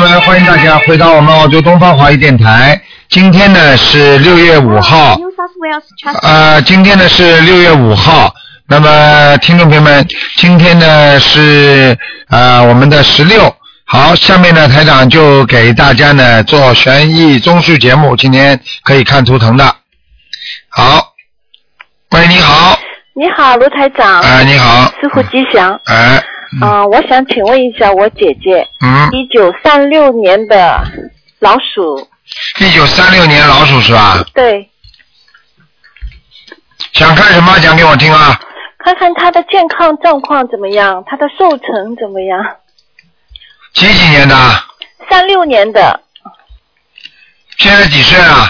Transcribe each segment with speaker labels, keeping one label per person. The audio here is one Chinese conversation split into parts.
Speaker 1: 们，欢迎大家回到我们澳洲东方华语电台。今天呢是六月五号，
Speaker 2: New South Wales Trust
Speaker 1: 呃，今天呢是六月五号。那么，听众朋友们，今天呢是呃我们的十六。好，下面呢台长就给大家呢做悬疑综述节目，今天可以看图腾的。好，喂，你好，
Speaker 3: 你好，卢台长，
Speaker 1: 哎、你好，
Speaker 3: 师傅吉祥。
Speaker 1: 哎，
Speaker 3: 啊、我想请问一下我姐姐，
Speaker 1: 嗯，
Speaker 3: 一九三六年的老鼠，
Speaker 1: 一九三六年老鼠是吧？
Speaker 3: 对，
Speaker 1: 想看什么讲给我听啊？
Speaker 3: 看看她的健康状况怎么样，她的寿辰怎么样？
Speaker 1: 几几年的啊？
Speaker 3: 三六年的，
Speaker 1: 现在几岁啊？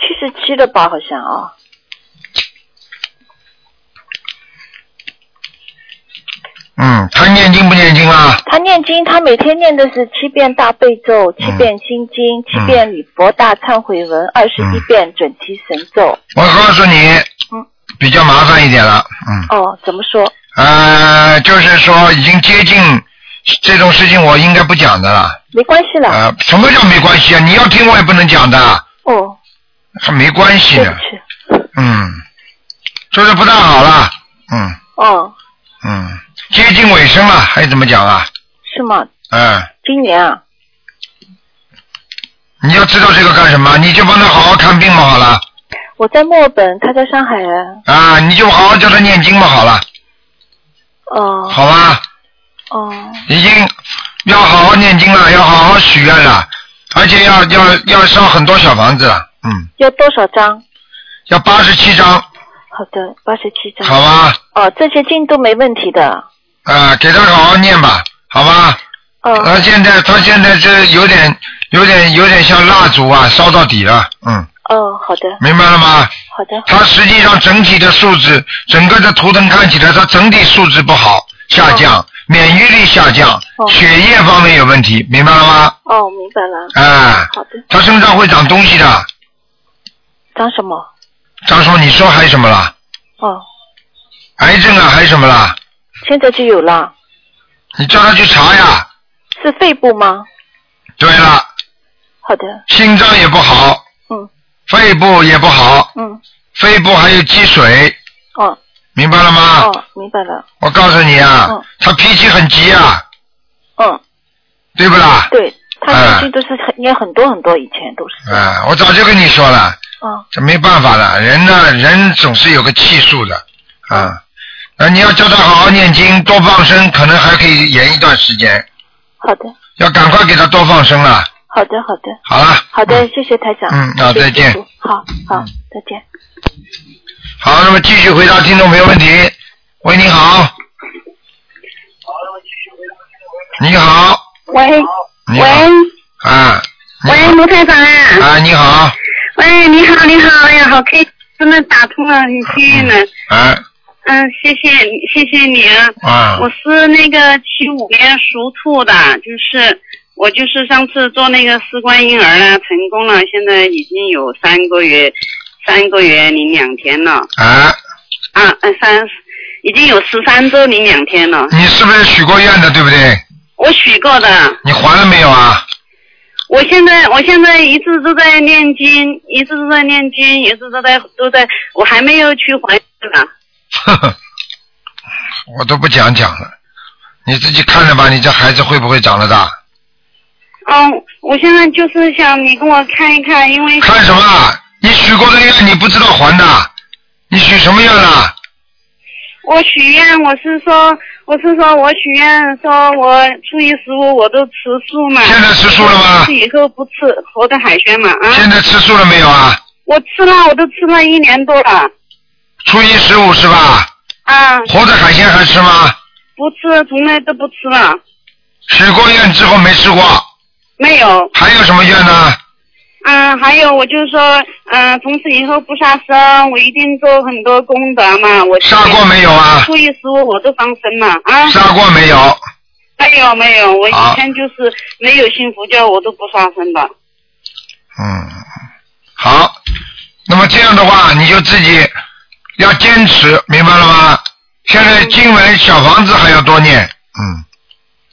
Speaker 3: 七十七了吧，好像啊、
Speaker 1: 嗯，他念经不念经啊？
Speaker 3: 她念经，她每天念的是七遍大悲咒，七遍心经，七遍礼佛大忏悔文，二十一
Speaker 1: 嗯
Speaker 3: 遍准提神咒。
Speaker 1: 我告诉你
Speaker 3: 嗯，
Speaker 1: 比较麻烦一点了，嗯，
Speaker 3: 哦，怎么说？
Speaker 1: 呃，就是说已经接近这种事情，我应该不讲的了。
Speaker 3: 没关系了。
Speaker 1: 呃，什么叫没关系啊？你要听我也不能讲的，
Speaker 3: 哦，
Speaker 1: 还没关系
Speaker 3: 对不
Speaker 1: 的，
Speaker 3: 起。
Speaker 1: 嗯，就是不大好了，嗯
Speaker 3: 哦，
Speaker 1: 嗯，接近尾声了，还怎么讲啊？
Speaker 3: 是吗？
Speaker 1: 嗯，
Speaker 3: 今年啊。
Speaker 1: 你要知道这个干什么？你就帮他好好看病嘛，好了。
Speaker 3: 我在墨尔本，他在上海啊。
Speaker 1: 啊，你就好好教他念经嘛，好了，
Speaker 3: 哦
Speaker 1: 好吧？
Speaker 3: 哦
Speaker 1: 已经要好好念经了，要好好许愿了，而且要要要烧很多小房子了，嗯，
Speaker 3: 要多少张？
Speaker 1: 要八十七张，
Speaker 3: 好的，八十七张。
Speaker 1: 好吧？
Speaker 3: 哦，这些进度没问题的。
Speaker 1: 啊、给他好好念吧，好吧？
Speaker 3: 哦，
Speaker 1: 他现在他现在这有点有点有点像蜡烛啊，烧到底了，嗯，
Speaker 3: 哦，好的，
Speaker 1: 明白了吗？
Speaker 3: 好的。
Speaker 1: 他实际上整体的素质，整个的图腾看起来，他整体素质不好，下降，免疫力下降，
Speaker 3: 哦
Speaker 1: 血液方面有问题，明白了吗？
Speaker 3: 哦，明白了。
Speaker 1: 哎、
Speaker 3: 好的，
Speaker 1: 他身上会长东西的。
Speaker 3: 张什么？
Speaker 1: 张叔，你说还有什么啦？
Speaker 3: 哦，
Speaker 1: 癌症啊，还有什么啦？
Speaker 3: 现在就有了，
Speaker 1: 你叫他去查呀。
Speaker 3: 是肺部吗？
Speaker 1: 对了，
Speaker 3: 好的，
Speaker 1: 心脏也不好，
Speaker 3: 嗯
Speaker 1: 肺部也不好，
Speaker 3: 嗯，
Speaker 1: 肺部还有积水，
Speaker 3: 哦
Speaker 1: 明白了吗？
Speaker 3: 哦，明白了，
Speaker 1: 我告诉你啊，
Speaker 3: 嗯
Speaker 1: 他脾气很急啊，
Speaker 3: 嗯，
Speaker 1: 对不啦？
Speaker 3: 对他
Speaker 1: 哎
Speaker 3: 年纪都是很也很多很多，以前都是。
Speaker 1: 啊，我早就跟你说了，
Speaker 3: 哦
Speaker 1: 这没办法的，人呢，人总是有个气数的啊。那你要叫他好好念经，多放生，可能还可以延一段时间。
Speaker 3: 好的，
Speaker 1: 要赶快给他多放生了。
Speaker 3: 好的，好的，
Speaker 1: 好了，
Speaker 3: 好的，谢谢台长。
Speaker 1: 嗯好
Speaker 3: 谢谢
Speaker 1: 再见嗯
Speaker 3: 师傅好好，再见。
Speaker 1: 好，那么继续回答听众朋友问题。喂，你好。你好，
Speaker 4: 喂
Speaker 1: 你
Speaker 4: 喂
Speaker 1: 好，啊，你
Speaker 4: 喂，
Speaker 1: 好
Speaker 4: 卢台长啊！
Speaker 1: 啊，你好，
Speaker 4: 喂，你好，你好，哎呀，好开心，真的打通了，很幸运呢。
Speaker 1: 啊
Speaker 4: 嗯，谢谢，谢谢你啊。
Speaker 1: 啊
Speaker 4: 我是那个七五年属兔的，就是我就是上次做那个试管婴儿呢，成功了，现在已经有三个月，三个月零两天了，
Speaker 1: 啊，
Speaker 4: 啊，呃三，已经有十三周零两天了。
Speaker 1: 你是不是许过愿的，对不对？
Speaker 4: 我许过的，
Speaker 1: 你还了没有啊？
Speaker 4: 我现在我现在一直都在念经，一直都在念经，一直都在都在，我还没有去还呢。
Speaker 1: 呵呵，我都不讲讲了，你自己看着吧，你这孩子会不会长得大？
Speaker 4: 嗯，我现在就是想你跟我看一看，因为
Speaker 1: 看什么啊？你许过的愿你不知道还的，你许什么愿了？
Speaker 4: 我许愿，我是说我是说我许愿说我初一十五我都吃素嘛，
Speaker 1: 现在吃素了吗
Speaker 4: 吃以后不吃活的海鲜嘛啊，
Speaker 1: 现在吃素了没有啊？
Speaker 4: 我吃了，我都吃了一年多了
Speaker 1: 初一十五是吧？
Speaker 4: 啊，
Speaker 1: 活的海鲜还吃吗？
Speaker 4: 不吃从来都不吃了，
Speaker 1: 许过愿之后没吃过，
Speaker 4: 没有。
Speaker 1: 还有什么愿呢？
Speaker 4: 嗯，还有我就是说，嗯、从此以后不杀生，我一定做很多功德嘛。我
Speaker 1: 杀过没有啊？
Speaker 4: 初一十五我都放生嘛啊，
Speaker 1: 杀啊过没有？
Speaker 4: 没有没有，我
Speaker 1: 好
Speaker 4: 以前就是没有信佛教，我都不杀生的。
Speaker 1: 嗯，好，那么这样的话，你就自己要坚持，明白了吗？现在经文小房子还要多念，嗯，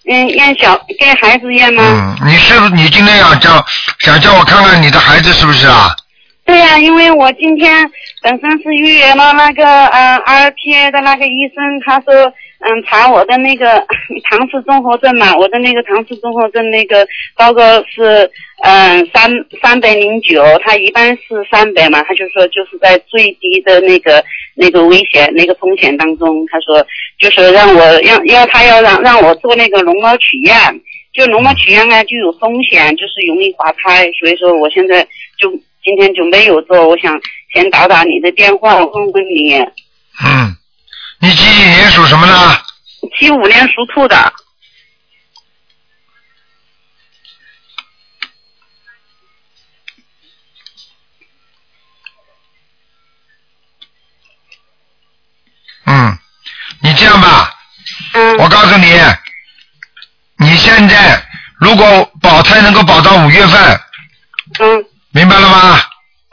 Speaker 4: 嗯，验小给孩子验吗？
Speaker 1: 嗯，你是不是你今天要叫想叫我看看你的孩子是不是啊？
Speaker 4: 对呀、因为我今天本身是预约了那个嗯 RPA 的那个医生，他说嗯查我的那个 唐氏综合症嘛，我的那个唐氏综合症那个报告是嗯三三百零九，他一般是三百嘛，他就说就是在最低的那个那个危险那个风险当中，他说就是让我让要他要让让我做那个绒毛取样，就绒毛取样啊就有风险，就是容易滑胎，所以说我现在就今天就没有做，我想先打打你的电话，
Speaker 1: 哦
Speaker 4: 问问你。
Speaker 1: 嗯，你几几年属什么呢？
Speaker 4: 七五年属兔的，
Speaker 1: 嗯，你这样吧，
Speaker 4: 嗯，
Speaker 1: 我告诉你，你现在如果保胎能够保到五月份，
Speaker 4: 嗯
Speaker 1: 明白了吗？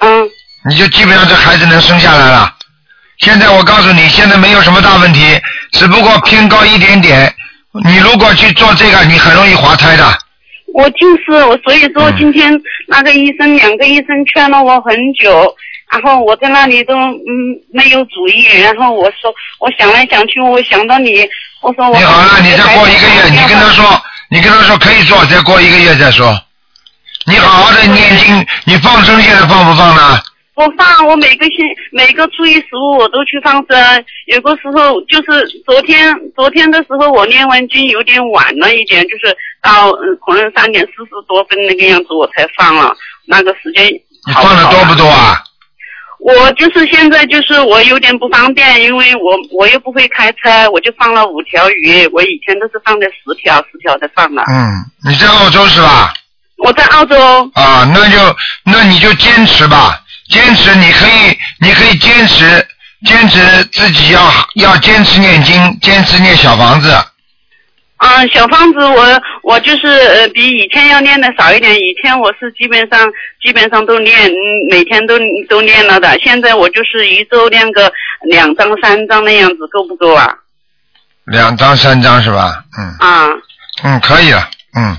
Speaker 4: 嗯
Speaker 1: 你就基本上这孩子能生下来了。现在我告诉你，现在没有什么大问题，只不过偏高一点点。你如果去做这个，你很容易滑胎的。
Speaker 4: 我就是我，所以说
Speaker 1: 嗯
Speaker 4: 今天那个医生，两个医生劝了我很久，然后我在那里都嗯没有主意，然后我说我想来想去，我想到你，我说我
Speaker 1: 你好啊了，你再过一个月，你跟他说，你跟他说可以做，再过一个月再说。你好好的念经，你放生现在放不放呢？
Speaker 4: 我放，我每个星每个初一十五我都去放生，有个时候就是昨天昨天的时候我念完经有点晚了一点，就是到嗯可能三点四十多分那个样子我才放了，那个时间
Speaker 1: 你
Speaker 4: 好
Speaker 1: 放的
Speaker 4: 好
Speaker 1: 多
Speaker 4: 啊
Speaker 1: 不多啊？
Speaker 4: 我就是现在就是我有点不方便，因为我我又不会开车，我就放了五条鱼，我以前都是放的十条十条的放了。
Speaker 1: 嗯，你在澳洲是吧？
Speaker 4: 我在澳洲，
Speaker 1: 啊，那就那你就坚持吧，坚持你可以你可以坚持坚持自己要要坚持念经，坚持念小房子。
Speaker 4: 嗯、小房子我我就是呃比以前要念的少一点，以前我是基本上基本上都念，嗯每天都都念了的，现在我就是一周念个两张三张那样子，够不够啊？
Speaker 1: 两张三张是吧？嗯
Speaker 4: 啊、
Speaker 1: 嗯，可以了，嗯，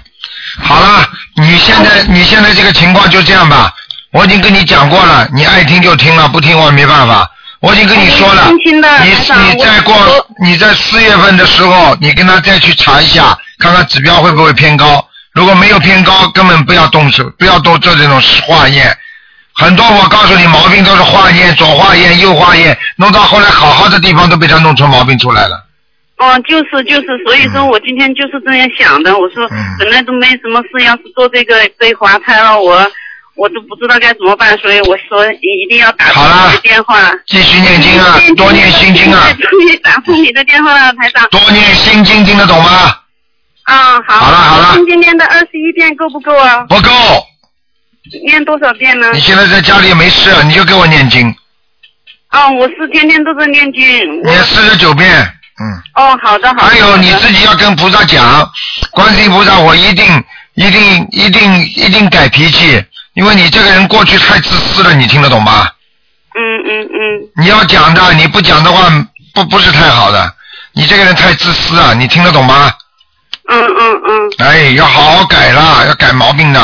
Speaker 1: 好了，你现在你现在这个情况就这样吧，我已经跟你讲过了，你爱听就听了，不听我也没办法，我已经跟你说了，
Speaker 4: 轻轻的，
Speaker 1: 你
Speaker 4: 台长
Speaker 1: 你再
Speaker 4: 我
Speaker 1: 过
Speaker 4: 我
Speaker 1: 你在四月份的时候，你跟他再去查一下，看看指标会不会偏高。如果没有偏高，根本不要动手，不要多做这种化验。很多我告诉你，毛病都是化验，左化验，右化验，弄到后来好好的地方都被他弄出毛病出来了。
Speaker 4: 哦，就是就是，所以说我今天就是这样想的。我说
Speaker 1: 嗯
Speaker 4: 本来都没什么事，要是做这个被滑胎了，我我都不知道该怎么办，所以我说一定要打
Speaker 1: 好啦
Speaker 4: 通你的电话。
Speaker 1: 继续念经啊，多念心经啊，
Speaker 4: 终于打通 你的电话了，台长。
Speaker 1: 多念心经，听得懂吗？
Speaker 4: 啊、好。
Speaker 1: 好啦好啦
Speaker 4: 今天念的二十一遍够不够啊？
Speaker 1: 不够，
Speaker 4: 念多少遍呢
Speaker 1: 你？现在在家里没事，你就给我念经，
Speaker 4: 啊、我是天天都在念经。我
Speaker 1: 念四十九遍，嗯。
Speaker 4: 哦，好的好的。
Speaker 1: 还有你
Speaker 4: 好的
Speaker 1: 自己要跟菩萨讲，观世音菩萨，我一定一定一定一定改脾气，因为你这个人过去太自私了，你听得懂吗？
Speaker 4: 嗯嗯嗯，
Speaker 1: 你要讲的，你不讲的话，不不是太好的。你这个人太自私啊，你听得懂吗？
Speaker 4: 嗯嗯嗯。
Speaker 1: 哎，要好好改啦，要改毛病的。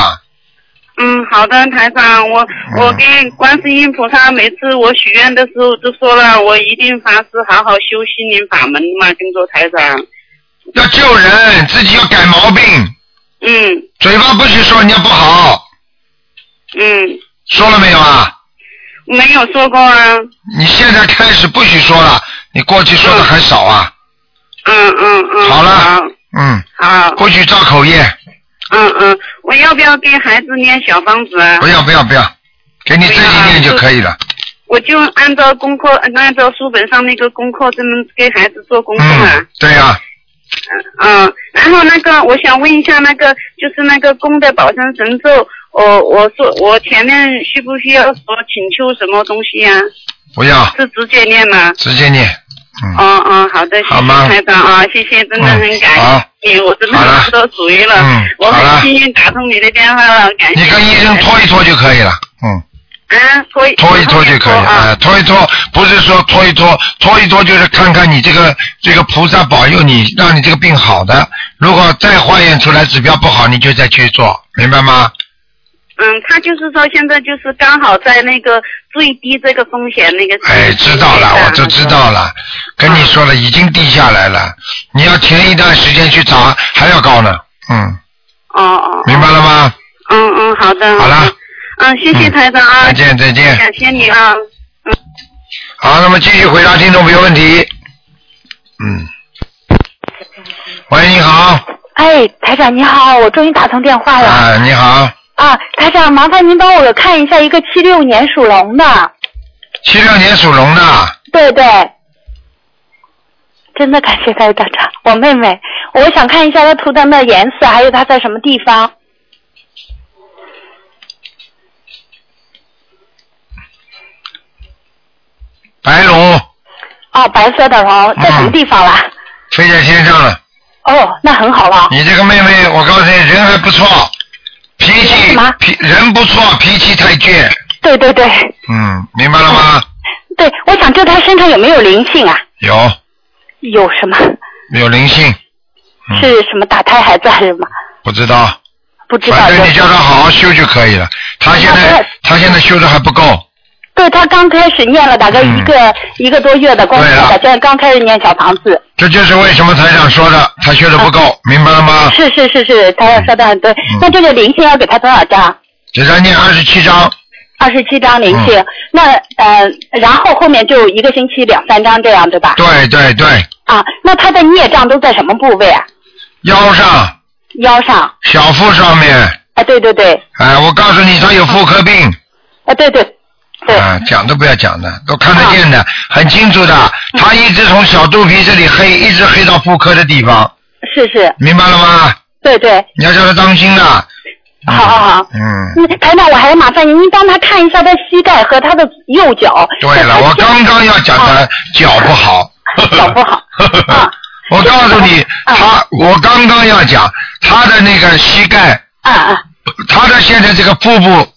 Speaker 4: 嗯，好的，台长，我
Speaker 1: 嗯
Speaker 4: 我跟观世音菩萨每次我许愿的时候都说了，我一定发誓好好修心灵法门嘛，跟着台长。
Speaker 1: 要救人，自己要改毛病，
Speaker 4: 嗯
Speaker 1: 嘴巴不许说人家不好，
Speaker 4: 嗯，
Speaker 1: 说了没有啊？
Speaker 4: 没有说过啊。
Speaker 1: 你现在开始不许说了，你过去说的还少啊。
Speaker 4: 嗯嗯嗯。
Speaker 1: 好了
Speaker 4: 好，
Speaker 1: 嗯，
Speaker 4: 好，
Speaker 1: 不许造口业。
Speaker 4: 嗯嗯，我要不要给孩子念小方子啊
Speaker 1: 不？要不要不要，给你自己念就可以了。
Speaker 4: 我就按照功课，按照书本上那个功课，这么给孩子做功课啊。
Speaker 1: 嗯，对呀、
Speaker 4: 嗯，然后那个我想问一下，那个就是那个供的宝山神咒，我我说我前面需不需要说请求什么东西呀、
Speaker 1: 不要
Speaker 4: 是直接念吗？
Speaker 1: 直接念。嗯，
Speaker 4: 哦哦，好的，谢
Speaker 1: 好吗
Speaker 4: 谢台长啊，谢谢，真的很
Speaker 1: 嗯
Speaker 4: 感
Speaker 1: 好
Speaker 4: 谢你，我真的
Speaker 1: 好了
Speaker 4: 不知道主意了，
Speaker 1: 嗯
Speaker 4: 我
Speaker 1: 好了
Speaker 4: 很幸运打通你的电话了，感谢。
Speaker 1: 你跟医生拖一拖就可以了。嗯，
Speaker 4: 嗯，拖一
Speaker 1: 拖一拖就可以啊、
Speaker 4: 啊。
Speaker 1: 拖一拖不是说拖一拖，拖一拖就是看看你这个这个菩萨保佑你，让你这个病好的。如果再化验出来指标不好，你就再去做，明白吗？
Speaker 4: 嗯，他就是说现在就是刚好在那个最低这个风险那个。
Speaker 1: 哎，知道了，我就知道了，跟你说了，已经定下来了。你要前一段时间去查，还要高呢，嗯，
Speaker 4: 哦哦。
Speaker 1: 明白了吗？
Speaker 4: 嗯嗯，好的。
Speaker 1: 好了。
Speaker 4: 嗯，谢谢台长啊。
Speaker 1: 再见，再见。
Speaker 4: 感谢你啊。
Speaker 1: 好，那么继续回答听众朋友问题。嗯。喂，你好。
Speaker 2: 哎，台长你好，我终于打通电话了。
Speaker 1: 啊，你好。
Speaker 2: 啊，台长，麻烦您帮我看一下一个七六年属龙的。
Speaker 1: 七六年属龙的。
Speaker 2: 对对。真的感谢台长，我妹妹，我想看一下她图腾的颜色，还有她在什么地方。
Speaker 1: 白龙。
Speaker 2: 哦，白色的龙
Speaker 1: 啊
Speaker 2: 在什么地方啦？
Speaker 1: 飞在天上了。
Speaker 2: 哦，那很好了。
Speaker 1: 你这个妹妹，我告诉你，人还不错，脾气脾人不错，脾气太倔。
Speaker 2: 对对对
Speaker 1: 嗯，明白了吗？
Speaker 2: 对，我想知道她身上有没有灵性啊？
Speaker 1: 有
Speaker 2: 有什么？
Speaker 1: 有灵性，嗯
Speaker 2: 是什么打胎孩子还是什么？
Speaker 1: 不知道，
Speaker 2: 不知道。
Speaker 1: 反正你
Speaker 2: 有
Speaker 1: 叫她好好修就可以了。她现在她现在修的还不够。
Speaker 2: 对他刚开始念了大概一个、
Speaker 1: 嗯
Speaker 2: 一个多月的光
Speaker 1: 啊
Speaker 2: 念，现在刚开始念小房子。
Speaker 1: 这就是为什么台长说的，她修的不
Speaker 2: 啊
Speaker 1: 够，明白了吗？
Speaker 2: 是是是是，他要说的很对。
Speaker 1: 嗯
Speaker 2: 那这个灵性要给他多少张？
Speaker 1: 给她念二十七章，
Speaker 2: 二十七张灵性。
Speaker 1: 嗯
Speaker 2: 那呃，然后后面就一个星期两三张这样，对吧？
Speaker 1: 对对对，
Speaker 2: 啊，那他的孽障都在什么部位啊？
Speaker 1: 腰上、
Speaker 2: 腰上。
Speaker 1: 小腹上面，
Speaker 2: 啊，对对对，
Speaker 1: 哎，我告诉你，她有妇科病。
Speaker 2: 啊对对，啊
Speaker 1: 啊，讲都不要讲的，都看得见的，很清楚的。他一直从小肚皮这里黑，一直黑到妇科的地方，
Speaker 2: 是是，
Speaker 1: 明白了吗？
Speaker 2: 对对。
Speaker 1: 你要叫他当心了。
Speaker 2: 好好好。
Speaker 1: 嗯。
Speaker 2: 嗯，台长，我还麻烦您，您帮他看一下他膝盖和他的右脚。
Speaker 1: 对 了，我刚刚要讲他脚不好。脚不
Speaker 2: 好。 啊
Speaker 1: 我告诉 你，他我刚刚要讲他的那个膝盖，
Speaker 2: 啊啊，
Speaker 1: 他的现在这个腹部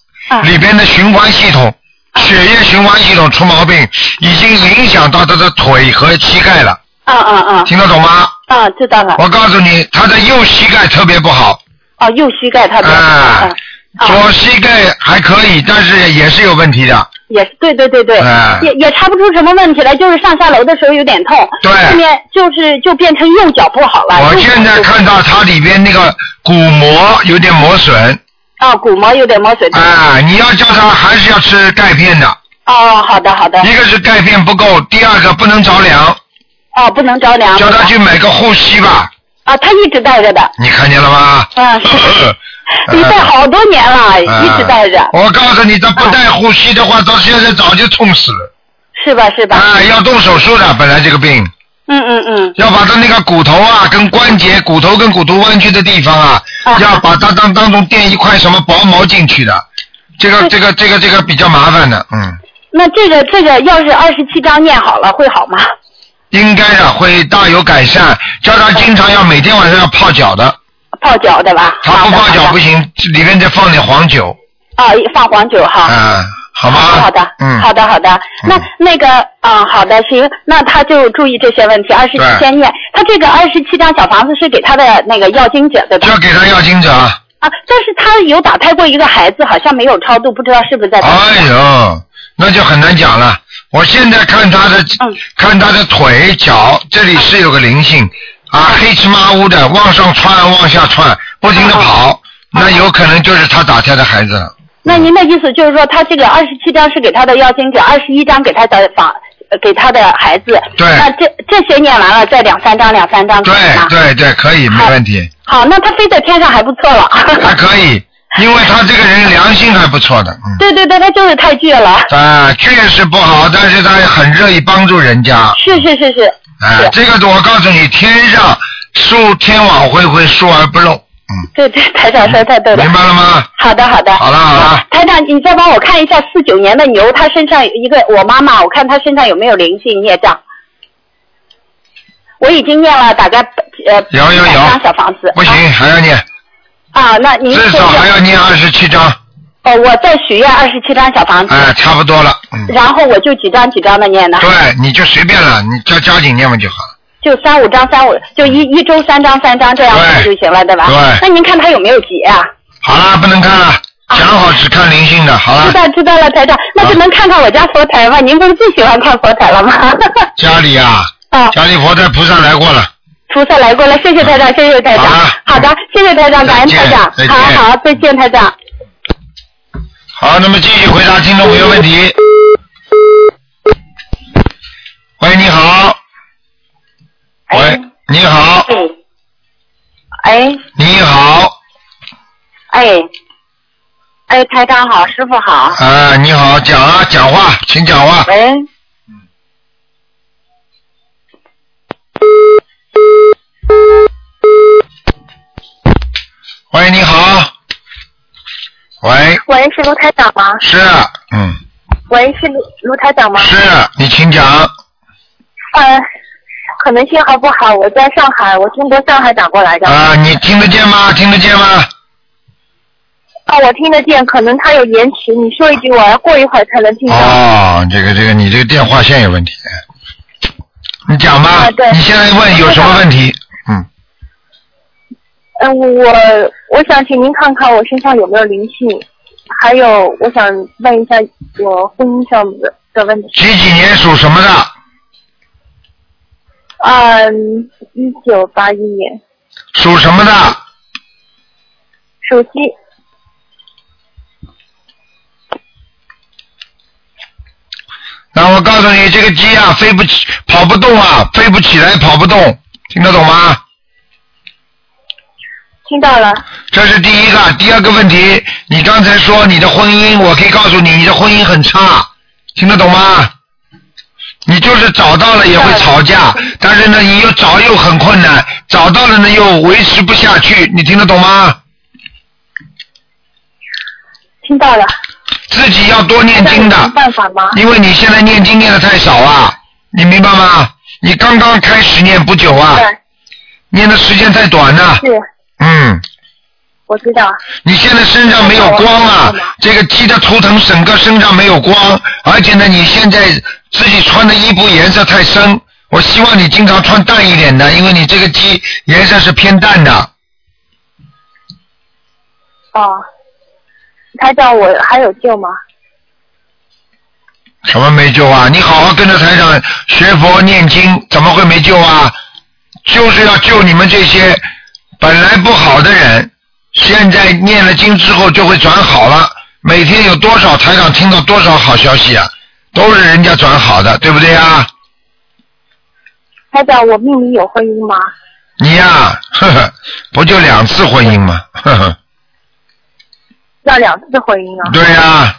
Speaker 1: 里边的循环系统。
Speaker 2: 啊
Speaker 1: 血液循环系统出毛病，已经影响到他的腿和膝盖了。
Speaker 2: 啊啊啊！
Speaker 1: 听得懂吗？
Speaker 2: 啊，知道了。
Speaker 1: 我告诉你，他的右膝盖特别不好，
Speaker 2: 哦，右膝盖他的。啊。
Speaker 1: 左膝盖还可以，但是也是有问题的。
Speaker 2: 也是对对对对，
Speaker 1: 哎
Speaker 2: 也也查不出什么问题来，就是上下楼的时候有点痛，
Speaker 1: 对
Speaker 2: 后面就是就变成右脚不好了。
Speaker 1: 我
Speaker 2: 右脚
Speaker 1: 现在看到它里边那个骨膜有点磨损，
Speaker 2: 啊，骨膜有点磨损。
Speaker 1: 啊，你要叫他还是要吃钙片的。
Speaker 2: 哦，好的好的。
Speaker 1: 一个是钙片不够，第二个不能着凉，
Speaker 2: 哦，不能着凉。
Speaker 1: 叫他去买个护膝吧。
Speaker 2: 啊，他一直戴着的，
Speaker 1: 你看见了吗？
Speaker 2: 啊，
Speaker 1: 呃
Speaker 2: 你戴好多年了，
Speaker 1: 啊
Speaker 2: 一直戴着，
Speaker 1: 我告诉你，他不带护膝的话，到现在早就痛死了。
Speaker 2: 是吧是吧？
Speaker 1: 啊，要动手术的，本来这个病。
Speaker 2: 嗯嗯嗯，
Speaker 1: 要把他那个骨头啊，跟关节、骨头跟骨头弯曲的地方啊，要把它当当中垫一块什么薄膜进去的，这个这个这个这个比较麻烦的，嗯，
Speaker 2: 那这个这个要是二十七章念好了会好吗？
Speaker 1: 应该的会大有改善。叫他经常要每天晚上要泡脚的，
Speaker 2: 泡脚对吧？
Speaker 1: 他不泡脚不行，里面再放点黄酒，
Speaker 2: 啊，放黄酒哈。
Speaker 1: 啊，好吗？
Speaker 2: 好的，
Speaker 1: 嗯
Speaker 2: 好的，好的。那那个，嗯，好的，行，那他就注意这些问题，二十七
Speaker 1: 对
Speaker 2: 先念。他这个二十七张小房子是给他的那个药精者，对吧？
Speaker 1: 就给他要经者。
Speaker 2: 啊，但是他有打胎过一个孩子，好像没有超度，不知道是不是在打胎。
Speaker 1: 哎呦，那就很难讲了。我现在看他的，
Speaker 2: 嗯
Speaker 1: 看他的腿脚这里是有个灵性啊，
Speaker 2: 嗯
Speaker 1: 黑漆麻乌的，往上窜，往下窜，不停的跑，
Speaker 2: 嗯
Speaker 1: 那有可能就是他打胎的孩子了。
Speaker 2: 那您的意思就是说，他这个二十七张是给他的药精者，二十一张给他的房，呃给他的孩子。
Speaker 1: 对
Speaker 2: 那这这些念完了，再两三张，两三张。对。
Speaker 1: 对对，可以，没问题，
Speaker 2: 嗯好，那他飞在天上还不错 了。
Speaker 1: 还可以，因为他这个人良心还不错的，嗯。
Speaker 2: 对对对，他就是太倔了。
Speaker 1: 啊，确实不好，但是他很乐意帮助人家。
Speaker 2: 是是是是。
Speaker 1: 啊，这个我告诉你，天上树天网恢恢，疏而不漏。
Speaker 2: 对对，台长说得太对了。
Speaker 1: 明白了吗？
Speaker 2: 好的，好的。
Speaker 1: 好了啊好了。
Speaker 2: 台长，你再帮我看一下四九年的牛，它身上有一个我妈妈，我看她身上有没有灵性孽障。我已经念了大概呃
Speaker 1: 有有有
Speaker 2: 100张小房子
Speaker 1: 不行，还要念，
Speaker 2: 啊，那您
Speaker 1: 至少还要念二十七章。
Speaker 5: 哦，我再许愿二十七张小
Speaker 2: 嗯
Speaker 5: 房子，
Speaker 1: 哎，差不多了，嗯，
Speaker 5: 然后我就几张几张的念呢，
Speaker 1: 对，你就随便了，你加加紧念嘛就好了。
Speaker 5: 就三五张三五，就一一周三张三张这样看就
Speaker 1: 对
Speaker 5: 行了，对吧？
Speaker 1: 嗯对
Speaker 5: 那您看他有没有结啊？
Speaker 1: 好啦，不能看了，想好只看灵性的，好
Speaker 5: 知道
Speaker 1: 了，
Speaker 5: 知道了，台长，那
Speaker 1: 啊
Speaker 5: 就能看看我家佛台吗？您不是最喜欢看佛台了吗？
Speaker 1: 家里啊，
Speaker 5: 啊，
Speaker 1: 家里佛在菩萨来过了，
Speaker 5: 菩萨来过了，谢谢台长，谢谢台长
Speaker 1: 好了。
Speaker 5: 好的，谢谢台长，感恩
Speaker 1: 再见
Speaker 5: 台长
Speaker 1: 再。见
Speaker 5: 好好，再见，台长。
Speaker 1: 好，那么继续回答听众朋友问题。喂，你好。喂，你好，
Speaker 2: 哎
Speaker 1: 你好，
Speaker 2: 哎哎，台长好，师傅好。
Speaker 1: 啊，你好，讲啊，讲话，请讲话。
Speaker 2: 喂。
Speaker 1: 喂，你好。喂，
Speaker 2: 喂，是卢台长吗？
Speaker 1: 是，嗯，
Speaker 2: 喂，是卢卢台长吗？
Speaker 1: 是，啊你请讲。
Speaker 2: 呃，可能信号不好，我在上海，我中国上海打过来的。
Speaker 1: 啊，你听得见吗？听得见吗？
Speaker 2: 啊，我听得见，可能它有延迟。你说一句，我要过一会儿才能听到。
Speaker 1: 哦，这个这个，你这个电话线有问题。你讲吧，
Speaker 2: 啊对
Speaker 1: 你现在问有什么问题？嗯，
Speaker 2: 嗯、我我想请您看看我身上有没有灵性，还有我想问一下我婚姻上的的问题。
Speaker 1: 几几年属什么的？
Speaker 2: 嗯，一九八一年
Speaker 1: 属什么的？
Speaker 2: 属鸡，
Speaker 1: 那我告诉你，这个鸡啊，飞不起，跑不动啊，飞不起来，跑不动，听得懂吗？
Speaker 2: 听到了。
Speaker 1: 这是第一个，第二个问题，你刚才说你的婚姻，我可以告诉你，你的婚姻很差，听得懂吗？你就是找到了也会吵架，但是呢，你又找又很困难，找到了呢又维持不下去，你听得懂吗？
Speaker 2: 听到了，
Speaker 1: 自己要多念
Speaker 2: 那有
Speaker 1: 经
Speaker 2: 什么
Speaker 1: 的，
Speaker 2: 办法吗？
Speaker 1: 因为你现在念经念的太少啊，你明白吗？你刚刚开始念不久啊，
Speaker 2: 对，
Speaker 1: 念的时间太短了、
Speaker 2: 是，
Speaker 1: 嗯，
Speaker 2: 我知道，
Speaker 1: 你现在身上没有光啊，这个鸡的图腾整个身上没有光，而且呢，你现在自己穿的衣服颜色太深，我希望你经常穿淡一点的，因为你这个鸡颜色是偏淡的。
Speaker 2: 哦。台长，我还有救吗？
Speaker 1: 什么没救啊？你好好跟着台长学佛念经，怎么会没救啊？就是要救你们这些本来不好的人，现在念了经之后就会转好了。每天有多少台长听到多少好消息啊？都是人家转好的，对不对啊？
Speaker 2: 台长，我命里有婚姻吗？
Speaker 1: 你呀、 呵呵，不就两次婚姻吗？ 呵呵，
Speaker 2: 要两次婚姻啊？
Speaker 1: 对呀、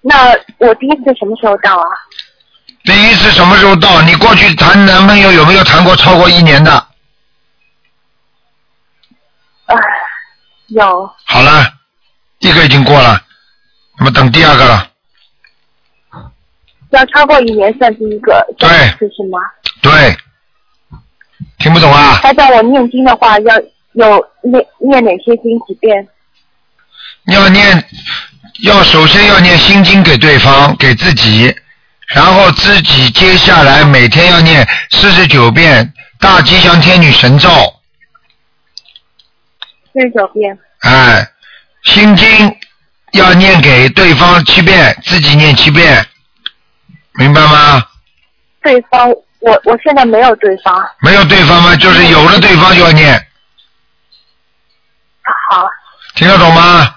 Speaker 2: 那我第一次什么时候到啊？
Speaker 1: 第一次什么时候到？你过去谈男朋友有没有谈过超过一年的？
Speaker 2: 唉，有，
Speaker 1: 好了，一个已经过了，那么等第二个了。
Speaker 2: 要超过一年算第一个，
Speaker 1: 对
Speaker 2: 算一次是吗？
Speaker 1: 对，听不懂啊？
Speaker 2: 台长，我念经的话要有念念哪些经几遍？
Speaker 1: 要念，要首先要念心经给对方，给自己，然后自己接下来每天要念四十九遍大吉祥天女神咒。
Speaker 2: 四十九遍。
Speaker 1: 哎，心经要念给对方七遍，自己念七遍，明白吗？
Speaker 2: 对方，我我现在没有对方。
Speaker 1: 没有对方吗？就是有了对方就要念，
Speaker 2: 好，
Speaker 1: 听得懂吗？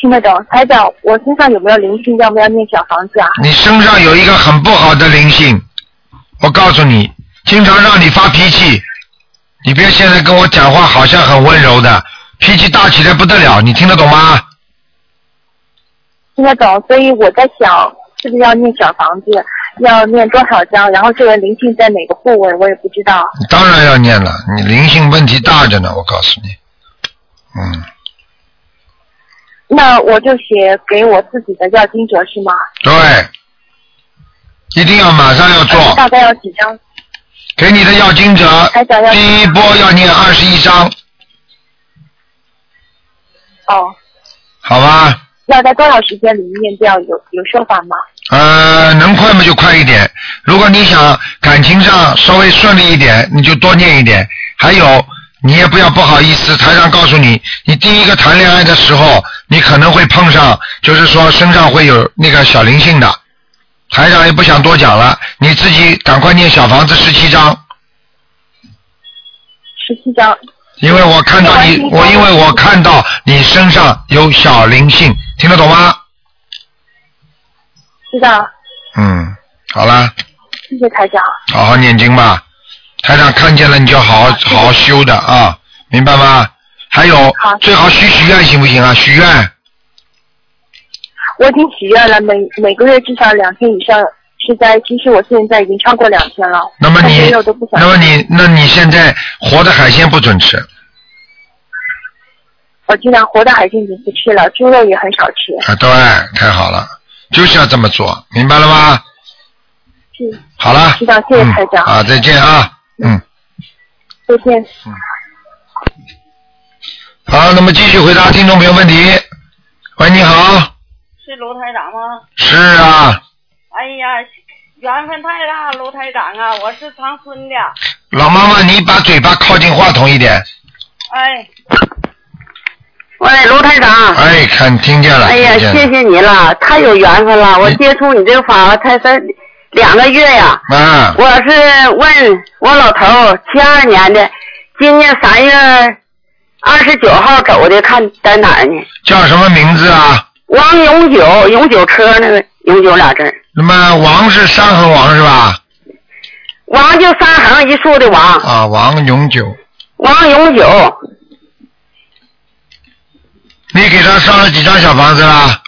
Speaker 2: 听得懂。台长，我身上有没有灵性？要不要念小房子啊？
Speaker 1: 你身上有一个很不好的灵性，我告诉你，经常让你发脾气，你别现在跟我讲话好像很温柔的，脾气大起来不得了，你听得懂吗？
Speaker 2: 听得懂，所以我在想，是不是要念小房子，要念多少张，然后这个灵性在哪个部位，我也不知道。
Speaker 1: 当然要念了，你灵性问题大着呢，我告诉你，嗯，
Speaker 2: 那我就写给我自己的要经者是吗？
Speaker 1: 对，一定要马上要做。
Speaker 2: 大概要几张？
Speaker 1: 给你的要经者
Speaker 2: 台长要，
Speaker 1: 第一波要念二十一章，
Speaker 6: 哦，
Speaker 1: 好吧？
Speaker 6: 要在多少时间里面掉？有有说法吗？
Speaker 1: 呃，能快嘛就快一点。如果你想感情上稍微顺利一点，你就多念一点。还有，你也不要不好意思，台上告诉你，你第一个谈恋爱的时候，你可能会碰上，就是说身上会有那个小灵性的。台上也不想多讲了，你自己赶快念小房子十七章，
Speaker 6: 十七张。
Speaker 1: 因为我看到你，我因为我看到你身上有小灵性，听得懂吗？
Speaker 6: 知道，
Speaker 1: 嗯，好啦，
Speaker 6: 谢谢台长。
Speaker 1: 好好念经吧。台长看见了你就好好好好修的啊，明白吗？还有
Speaker 6: 好
Speaker 1: 最好许许愿行不行啊？许愿
Speaker 6: 我已经许愿了，每每个月至少两天以上是在，其实我现在已经超过两天了。
Speaker 1: 那么
Speaker 6: 但
Speaker 1: 你
Speaker 6: 是我都不，想
Speaker 1: 那么你，那你现在活的海鲜不准吃，
Speaker 6: 我尽量活的海鲜已经不吃了，猪肉也很少吃。
Speaker 1: 啊，对，太好了，就是要这么做，明白了吗？
Speaker 6: 是，
Speaker 1: 好了，
Speaker 6: 知道谢谢台长
Speaker 1: 嗯、啊，再见啊，嗯，
Speaker 6: 再见。
Speaker 1: 好，那么继续回答听众朋友问题。喂，你好，
Speaker 4: 是卢台长吗？
Speaker 1: 是啊，
Speaker 4: 哎呀，缘分太大，卢台长啊，我是长春的。
Speaker 1: 老妈妈，你把嘴巴靠近话筒一点，
Speaker 4: 哎，
Speaker 2: 喂，卢台
Speaker 6: 啊
Speaker 2: 长。
Speaker 1: 哎，看听见了，
Speaker 2: 哎呀，
Speaker 1: 听见了
Speaker 2: 谢谢你了，太有缘分了！我
Speaker 1: 嗯
Speaker 2: 接触你这个法才三两个月呀、
Speaker 1: 啊，
Speaker 2: 我是问我老头七二年的，今年三月二十九号走的，看在哪儿呢？
Speaker 1: 叫什么名字啊？
Speaker 2: 王永久，永久车那个永久俩字儿，
Speaker 1: 那么王是山横王是吧？
Speaker 2: 王就三横一竖的王，
Speaker 1: 啊，王永久，
Speaker 2: 王永久，
Speaker 1: 你给他烧了几张小房子啦？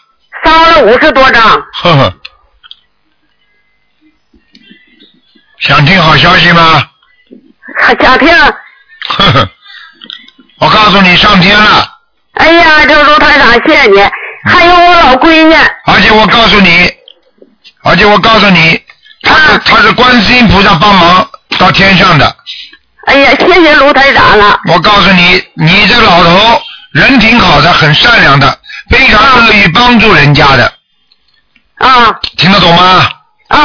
Speaker 2: 烧了五十多张。
Speaker 1: 呵呵，想听好消息吗？
Speaker 2: 想听？
Speaker 1: 呵呵，我告诉你上天了，
Speaker 2: 哎呀，这卢台长，谢谢你。还有我老闺女，啊
Speaker 1: 而且我告诉你，而且我告诉你，他是
Speaker 2: 啊
Speaker 1: 他是观世音菩萨帮忙到天上的。
Speaker 2: 哎呀，谢谢卢台长了。
Speaker 1: 我告诉你，你这老头人挺好的，很善良的，非常乐于帮助人家的，
Speaker 2: 啊
Speaker 1: 听得懂吗？
Speaker 2: 啊，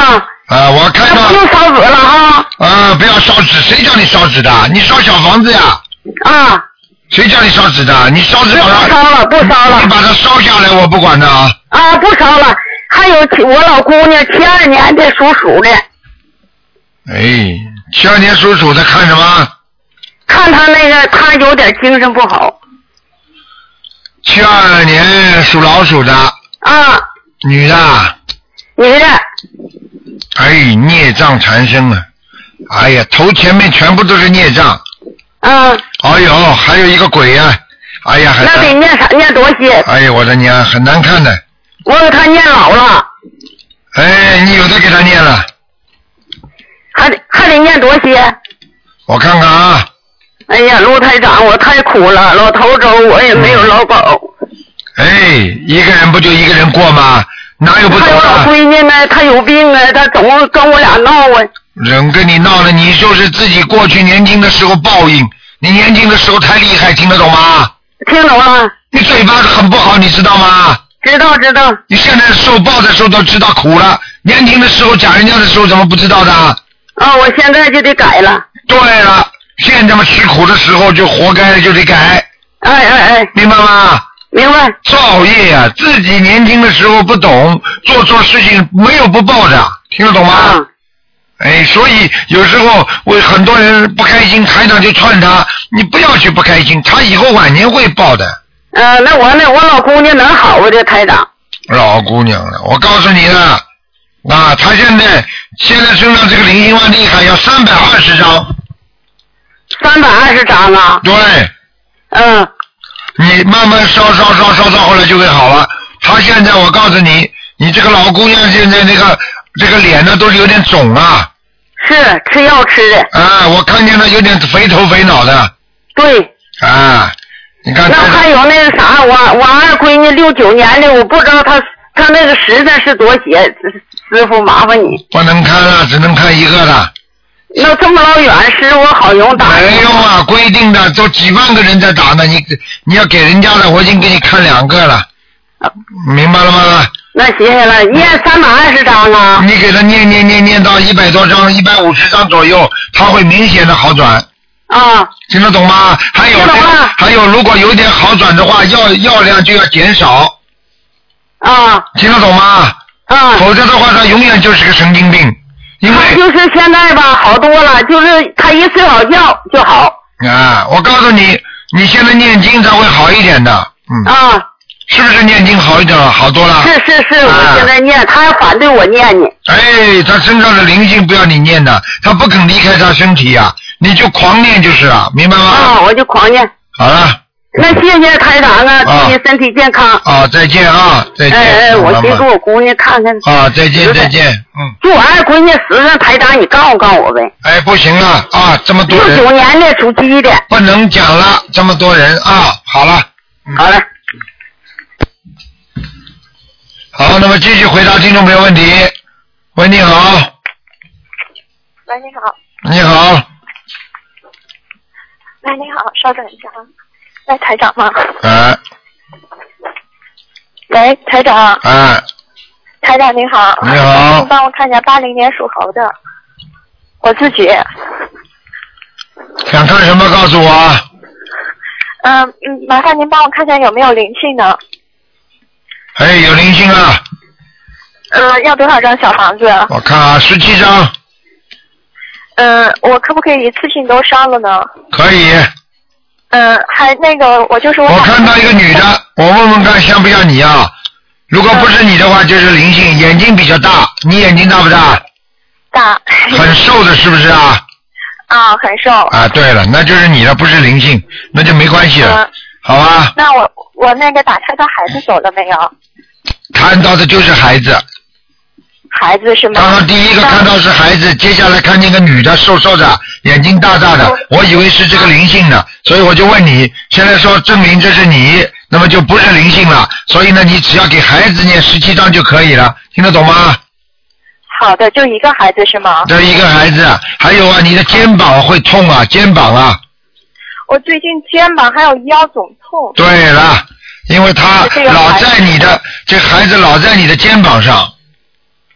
Speaker 1: 啊，我看
Speaker 2: 那
Speaker 1: 到
Speaker 2: 不用烧纸了哈。
Speaker 1: 啊，不要烧纸，谁叫你烧纸的？你烧小房子呀？
Speaker 2: 啊，
Speaker 1: 谁叫你烧纸的？你烧纸
Speaker 2: 不
Speaker 1: 把它
Speaker 2: 烧了，不烧
Speaker 1: 你
Speaker 2: 了
Speaker 1: 把它烧下来，我不管的啊。
Speaker 2: 啊，不烧了。还有我老姑娘，七二年的属鼠的，
Speaker 1: 哎，七二年属鼠的看什么？
Speaker 2: 看她那个，她有点精神不好
Speaker 1: 七二年属老鼠的
Speaker 2: 啊，
Speaker 1: 女的，
Speaker 2: 女的
Speaker 1: 哎，孽障缠身啊！哎呀，头前面全部都是孽障。
Speaker 2: 啊，
Speaker 1: 哎呦，还有一个鬼呀、哎呀，很
Speaker 2: 那得
Speaker 1: 难。
Speaker 2: 念啥念多些？
Speaker 1: 哎呀，我的娘，很难看的。
Speaker 2: 我给她念老了，
Speaker 1: 哎，你有的给他念了，
Speaker 2: 还得还得念多些。
Speaker 1: 我看看啊。
Speaker 2: 哎呀，卢台长，我太苦了，老头走，我也没有老保。
Speaker 1: 哎，一个人不就一个人过吗？哪有不啊
Speaker 2: 还
Speaker 1: 走
Speaker 2: 有老
Speaker 1: 的？
Speaker 2: 闺女呢，她有病啊，她总跟我俩闹啊。
Speaker 1: 人跟你闹了，你就是自己过去年轻的时候报应。你年轻的时候太厉害，听得懂吗？
Speaker 2: 听懂了？
Speaker 1: 你嘴巴很不好，你知道吗？
Speaker 2: 知道知道。
Speaker 1: 你现在受报的时候都知道苦了，年轻的时候讲人家的时候怎么不知道的？
Speaker 2: 啊，我现在就得改了。
Speaker 1: 对了，现在嘛吃苦的时候就活该就得改，
Speaker 2: 哎哎哎，
Speaker 1: 明白吗？
Speaker 2: 明白。
Speaker 1: 造业呀、自己年轻的时候不懂，做错事情没有不报的，听得懂吗？
Speaker 2: 啊
Speaker 1: 哎，所以有时候我很多人不开心，台长就劝他，你不要去不开心，他以后晚年会报的。
Speaker 2: 呃，那我呢？我老姑娘能好啊？这台长
Speaker 1: 老姑娘了，我告诉你了，啊，她现在现在身上这个灵性蛮厉害，要三百二十张。
Speaker 2: 三百二十张啊。
Speaker 1: 对，
Speaker 2: 嗯、
Speaker 1: 你慢慢烧烧烧烧到后来就会好了。她现在我告诉你，你这个老姑娘现在那个这个脸呢都是有点肿啊，
Speaker 2: 是吃药吃的。
Speaker 1: 啊，我看见她有点肥头肥脑的
Speaker 2: 对，
Speaker 1: 啊，你看
Speaker 2: 那
Speaker 1: 台长
Speaker 2: 还有那个啥，我我二闺女六九年的，我不知道她她那个实在是多些，师师傅麻烦你。
Speaker 1: 不能看了，只能看一个了。
Speaker 7: 那这么老远，师傅好用打。
Speaker 1: 没用啊，规定的都几万个人在打呢，你你要给人家的，我已经给你看两个了，明白了吗？
Speaker 7: 那写下来念三百二十章啊，
Speaker 1: 你给他念念念念到一百多张，一百五十张左右，他会明显的好转，
Speaker 7: 啊，
Speaker 1: 听得懂吗？还有
Speaker 7: 听得懂啊了
Speaker 1: 还有，如果有点好转的话，药药量就要减少，
Speaker 7: 啊，
Speaker 1: 听得懂吗？
Speaker 7: 啊。
Speaker 1: 否则的话，他永远就是个神经病，因
Speaker 7: 他
Speaker 1: 为
Speaker 7: 就是现在吧，好多了，就是他一睡好觉就好
Speaker 1: 啊，我告诉你，你现在念经才会好一点的，嗯，
Speaker 7: 啊。
Speaker 1: 是不是念经好一点了，好多了？
Speaker 7: 是是是，
Speaker 1: 啊
Speaker 7: 我现在念，他要反对我念呢。
Speaker 1: 哎，他身上的灵性不要你念的，他不肯离开他身体呀、你就狂念就是了，明白吗？
Speaker 7: 啊，我就狂念。
Speaker 1: 好了，
Speaker 7: 那谢谢台长啊，
Speaker 1: 啊
Speaker 7: 祝你身体健康。
Speaker 1: 啊，再见啊，再见，
Speaker 7: 哎哎，我
Speaker 1: 老
Speaker 7: 去给
Speaker 1: 妈
Speaker 7: 我姑娘看看。
Speaker 1: 妈啊，再见再见，嗯，
Speaker 7: 就我二闺女时上台长，你告诉告诉我呗。
Speaker 1: 哎，不行了啊，这么多
Speaker 7: 六九
Speaker 1: 人
Speaker 7: 年的属鸡的。
Speaker 1: 不能讲了，这么多人啊，好了，
Speaker 7: 好嘞。
Speaker 1: 好，那么继续回答听众朋友问题。喂，你好，
Speaker 8: 喂，你好，
Speaker 1: 你好，
Speaker 8: 喂，你好，稍等一下啊。喂，台长吗？
Speaker 1: 哎
Speaker 8: 喂，台长，
Speaker 1: 哎，
Speaker 8: 台长您好。
Speaker 1: 你好
Speaker 8: 您帮我看一下八零年属猴的，我自己。
Speaker 1: 想看什么告诉我啊？
Speaker 8: 嗯嗯，麻烦您帮我看一下有没有灵性呢？
Speaker 1: 哎，有灵性了，
Speaker 8: 呃，要多少张小房子？
Speaker 1: 我看啊，十七张
Speaker 8: 嗯，我可不可以一次性都烧了呢？
Speaker 1: 可以。
Speaker 8: 嗯，还那个，我就是我
Speaker 1: 我看到一个女的，我问问看像不像你啊？如果不是你的话，就是灵性，眼睛比较大，你眼睛大不大？
Speaker 8: 大
Speaker 1: 很瘦的，是不是啊？
Speaker 8: 啊，很瘦。
Speaker 1: 啊，对了，那就是你了，不是灵性，那就没关系了
Speaker 8: 嗯，
Speaker 1: 好吧？
Speaker 8: 那我我那个打胎的孩子走了没有？
Speaker 1: 看到的就是孩子，
Speaker 8: 孩子是吗？
Speaker 1: 刚刚第一个看到是孩子，接下来看见个女的，瘦瘦的，眼睛大大的，我以为是这个灵性呢，所以我就问你，现在说证明这是你，那么就不是灵性了，所以呢，你只要给孩子念十七章就可以了，听得懂吗？
Speaker 8: 好的，就一个孩子是吗？
Speaker 1: 这一个孩子，还有啊，你的肩膀会痛啊，肩膀啊。
Speaker 8: 我最近肩膀还有腰总痛。
Speaker 1: 对了，因为他
Speaker 8: 这个
Speaker 1: 老
Speaker 8: 孩子
Speaker 1: 在你的这孩子老在你的肩膀上，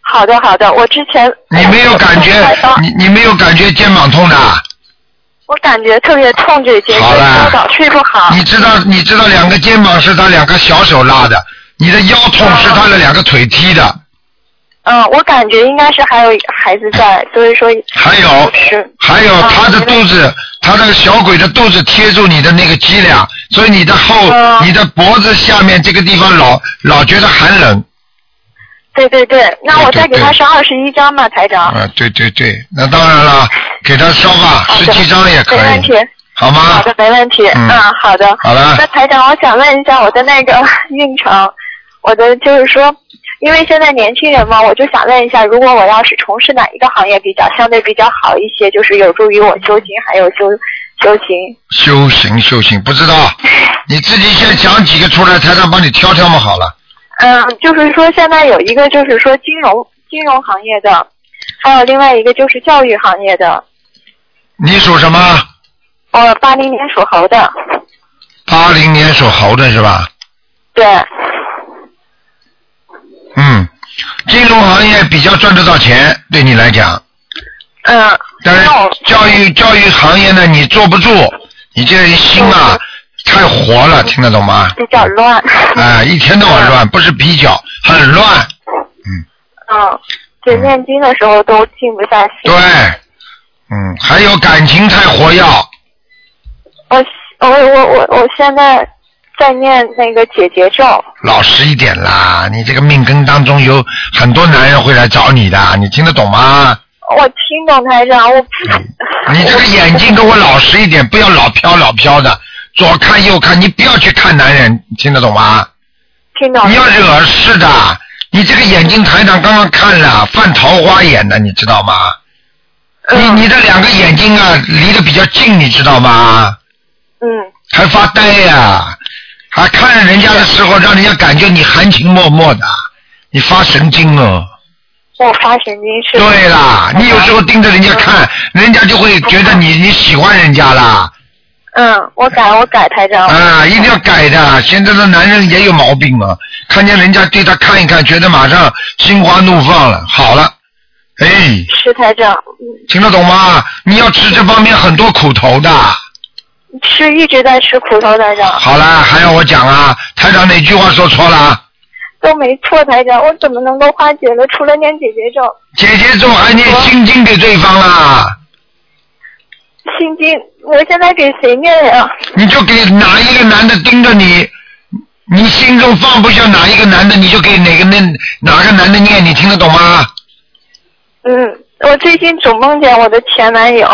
Speaker 8: 好的好的，我之前
Speaker 1: 你没有感觉
Speaker 8: 哎我开刀，
Speaker 1: 你你没有感觉肩膀痛的啊。
Speaker 8: 我感觉特别痛这节，
Speaker 1: 好
Speaker 8: 所以
Speaker 1: 了
Speaker 8: 我老睡不好。
Speaker 1: 你知道你知道两个肩膀是他两个小手拉的，你的腰痛
Speaker 8: 啊
Speaker 1: 是他的两个腿踢的，
Speaker 8: 嗯，我感觉应该是还有孩子在，所以说
Speaker 1: 还有
Speaker 8: 是
Speaker 1: 还有
Speaker 8: 啊
Speaker 1: 他的
Speaker 8: 明白
Speaker 1: 肚子，他那个小鬼的肚子贴住你的那个脊梁，所以你的后
Speaker 8: 啊
Speaker 1: 你的脖子下面这个地方老老觉得寒冷。
Speaker 8: 对对对。那我
Speaker 1: 对对
Speaker 8: 再给他
Speaker 1: 对
Speaker 8: 上二十一张吧，台长。
Speaker 1: 啊，对对对，那当然了，给他烧吧，
Speaker 8: 好
Speaker 1: 十
Speaker 8: 的
Speaker 1: 七张也可
Speaker 8: 哦没问
Speaker 1: 以
Speaker 8: 题，，
Speaker 1: 好吗
Speaker 8: 好？的，没问题。
Speaker 1: 嗯
Speaker 8: 嗯，好的。
Speaker 1: 好 了
Speaker 8: 那，台长，我想问一下我的那个 运程，我的就是说，因为现在年轻人嘛，我就想问一下，如果我要是从事哪一个行业比较相对比较好一些，就是有助于我修行，还有修修行。
Speaker 1: 修行修行，不知 道，你自己先讲几个出来，台上帮你挑挑嘛，好了。
Speaker 8: 嗯，就是说现在有一个就是说金融金融行业的，还有另外一个就是教育行业的。
Speaker 1: 你属什么？
Speaker 8: 我八零年属猴的，
Speaker 1: 八零年属猴的是吧？
Speaker 8: 对，
Speaker 1: 嗯，金融行业比较赚得到钱，对你来讲，
Speaker 8: 嗯，
Speaker 1: 但是
Speaker 8: 那我
Speaker 1: 教育教育行业呢，你坐不住，你这人心啊太活了，听得懂吗？
Speaker 8: 哦比较乱。
Speaker 1: 哎，一天到晚乱，不是比较，很乱。
Speaker 8: 嗯，对，念经的时候都静不下心。
Speaker 1: 对，嗯，还有感情太活跃，
Speaker 8: 我我我我我现在在念那个解结咒，
Speaker 1: 老实一点啦。你这个命根当中有很多男人会来找你的，你听得懂吗？
Speaker 8: 我听懂台长，
Speaker 1: 嗯
Speaker 8: 我
Speaker 1: 你这个眼睛给我老实一点，不要老飘老飘的，左看右看，你不要去看男人，你听得懂吗？
Speaker 8: 听懂
Speaker 1: 你要惹事的，你这个眼睛台长刚刚看了，犯桃花眼的，你知道吗？
Speaker 8: 嗯
Speaker 1: 你你的两个眼睛啊，离得比较近，你知道吗？
Speaker 8: 嗯
Speaker 1: 还发呆呀、还看人家的时候，让人家感觉你含情脉脉的，你发神经哦。
Speaker 8: 我发神经是吧？
Speaker 1: 对啦，你有时候盯着人家看，人家就会觉得你你喜欢人家啦。
Speaker 8: 嗯，我改我改台长。
Speaker 1: 啊，一定要改的。现在的男人也有毛病啊，看见人家对他看一看，觉得马上心花怒放了，好了，哎，
Speaker 8: 是台长，嗯
Speaker 1: 听得懂吗？你要吃这方面很多苦头的。
Speaker 8: 是一直在吃苦头，台长
Speaker 1: 好啦，还要我讲啊？台长哪句话说错了？啊
Speaker 8: 都没错，台长，我怎么能够化解呢？除了念姐姐咒、
Speaker 1: 姐姐咒还念心经给对方啦，
Speaker 8: 心经，我现在给谁念呀？
Speaker 1: 你就给哪一个男的盯着你，你心中放不下哪一个男的，你就给哪个那哪个男的念，你听得懂吗？
Speaker 8: 嗯，我最近总梦见我的前男友，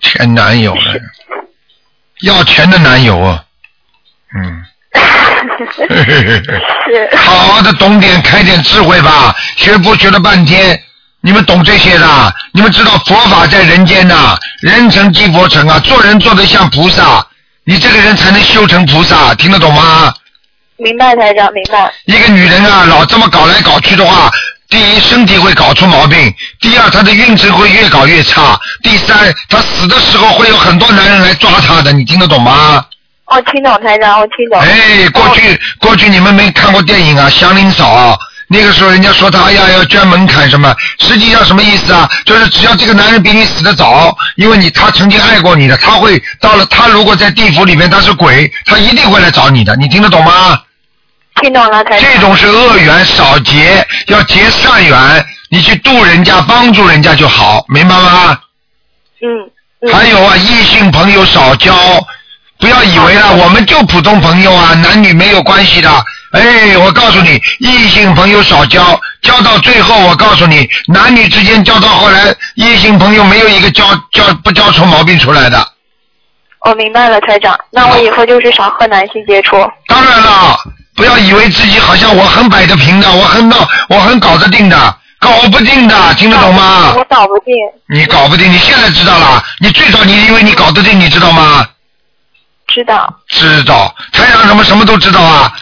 Speaker 1: 前男友了，要钱的男友啊，嗯，
Speaker 8: 是
Speaker 1: 好好的懂点，开点智慧吧。学佛学了半天，你们懂这些的，你们知道佛法在人间呐、人成即佛成啊，做人做得像菩萨，你这个人才能修成菩萨，听得懂吗？
Speaker 8: 明白台长，明白。
Speaker 1: 一个女人啊，老这么搞来搞去的话，第一身体会搞出毛病，第二她的运程会越搞越差，第三她死的时候会有很多男人来抓她的，你听得懂吗？
Speaker 8: 我哦听懂台长，我听懂。哦
Speaker 1: 哎，过去过去你们没看过电影啊，《祥林嫂》啊，那个时候人家说他哎呀要捐门槛什么，实际上什么意思啊？就是只要这个男人比你死的早，因为你他曾经爱过你的，他会到了他如果在地府里面他是鬼，他一定会来找你的，你听得懂吗？
Speaker 8: 听懂了台长。
Speaker 1: 这种是恶缘少结，要结善缘，你去度人家、帮助人家就好，明白吗？
Speaker 8: 嗯嗯。
Speaker 1: 还有啊，异性朋友少交，不要以为啊，我们就普通朋友啊，男女没有关系的。哎，我告诉你，异性朋友少交，交到最后，我告诉你，男女之间交到后来，异性朋友没有一个交交不交出毛病出来的。
Speaker 8: 我哦明白了台长，那我以后就是少和男性接触。
Speaker 1: 当然了，不要以为自己好像我很摆得平的，我很闹，我很搞得定的，搞不定的，听得懂吗
Speaker 8: 我？搞不定，
Speaker 1: 你搞不定，你现在知道了，你最早你以为你搞得定，你知道吗？
Speaker 8: 知道。
Speaker 1: 知道，台长什么什么都知道啊！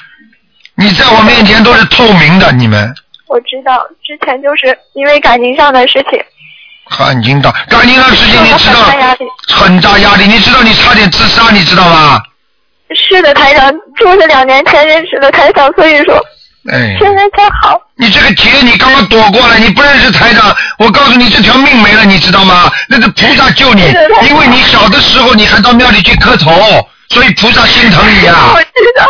Speaker 1: 你在我面前都是透明的，你们
Speaker 8: 我知道，之前就是因为感情上的事情，
Speaker 1: 感情啊到感情的事情，你知
Speaker 8: 我很大压
Speaker 1: 道
Speaker 8: 力
Speaker 1: 很大压力，你知道你差点自杀，你知道吗？
Speaker 8: 是的，台长，就是两年前认识的台长，所以说
Speaker 1: 哎，
Speaker 8: 现在才好。
Speaker 1: 你这个劫你刚刚躲过了，你不认识台长，我告诉你这条命没了，你知道吗？那是菩萨救你
Speaker 8: 是的台，长
Speaker 1: 因为你小的时候你还到庙里去磕头，所以菩萨心疼你啊。
Speaker 8: 我知道，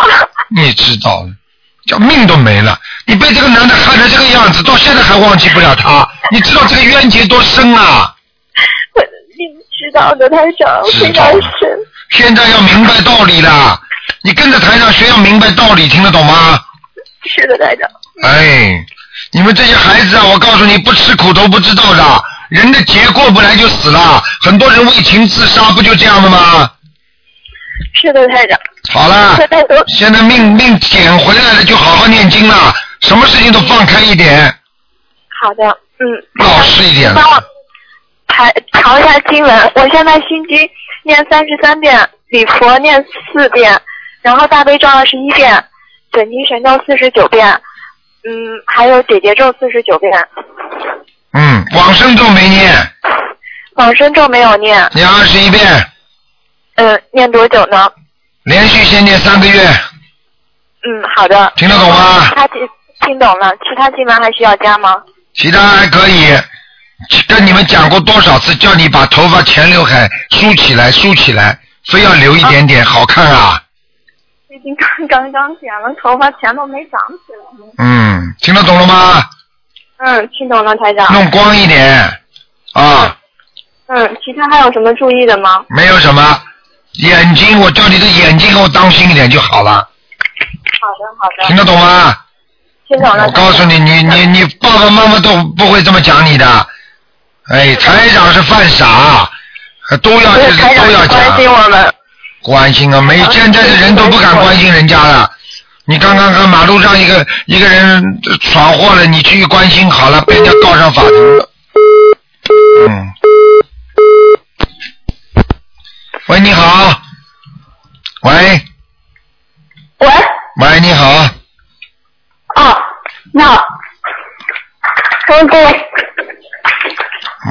Speaker 1: 你知道了，叫命都没了。你被这个男的害成这个样子，到现在还忘记不了
Speaker 8: 啊
Speaker 1: 他。你知道这个冤结多深啊！
Speaker 8: 我你知道的，台长，
Speaker 1: 知
Speaker 8: 非
Speaker 1: 道
Speaker 8: 常
Speaker 1: 了
Speaker 8: 深。
Speaker 1: 现在要明白道理了，你跟着台长学要明白道理，听得懂吗？
Speaker 8: 是的，台长，
Speaker 1: 哎，你们这些孩子啊，我告诉你，不吃苦头不知道的，人的劫过不来就死了。很多人为情自杀，不就这样的吗？
Speaker 8: 是的，台长，
Speaker 1: 好了
Speaker 8: 现，在都
Speaker 1: 现在命命捡回来了，就好好念经了，什么事情都放开一点，
Speaker 8: 好的，嗯。
Speaker 1: 老实一点
Speaker 8: 帮。我查查一下经文，我现在心经念三十三遍，礼佛念四遍，然后大悲咒二十一遍，准提神咒四十九遍，嗯，还有姐姐咒四十九遍，
Speaker 1: 嗯，往生咒没念。
Speaker 8: 往生咒没有念，
Speaker 1: 念二十一遍，
Speaker 8: 嗯，念多久呢？
Speaker 1: 连续先念三个月，
Speaker 8: 嗯，好的。
Speaker 1: 听得懂吗
Speaker 8: 其他经听懂了，其他经文还需要加吗？
Speaker 1: 其他还可以。跟你们讲过多少次，叫你把头发前刘海梳起来，梳起来，非要留一点点，好看啊。
Speaker 8: 最近刚刚刚剪了头发，全都没长起来。
Speaker 1: 嗯，啊听得懂了吗？
Speaker 8: 嗯，听懂了，台长。
Speaker 1: 弄光一点啊，
Speaker 8: 嗯，其他还有什么注意的吗？
Speaker 1: 没有什么。眼睛，我叫你的眼睛给我当心一点就好了，
Speaker 8: 好的，好的
Speaker 1: 听。得懂吗？
Speaker 8: 听懂了。
Speaker 1: 嗯我告诉你，你你你爸爸妈妈都不会这么讲你的。哎，台长是犯傻，呃都要
Speaker 8: 不是台长
Speaker 1: 都要
Speaker 8: 你
Speaker 1: 讲。
Speaker 8: 关心我们，
Speaker 1: 关心啊，没现在的人都不敢关心人家了。你刚刚看马路上一个一个人呃闯祸了，你去关心好了，被人家告上法庭了。嗯。喂，你好。喂，
Speaker 7: 喂，
Speaker 1: 喂，你好。
Speaker 7: 哦，那，喂喂，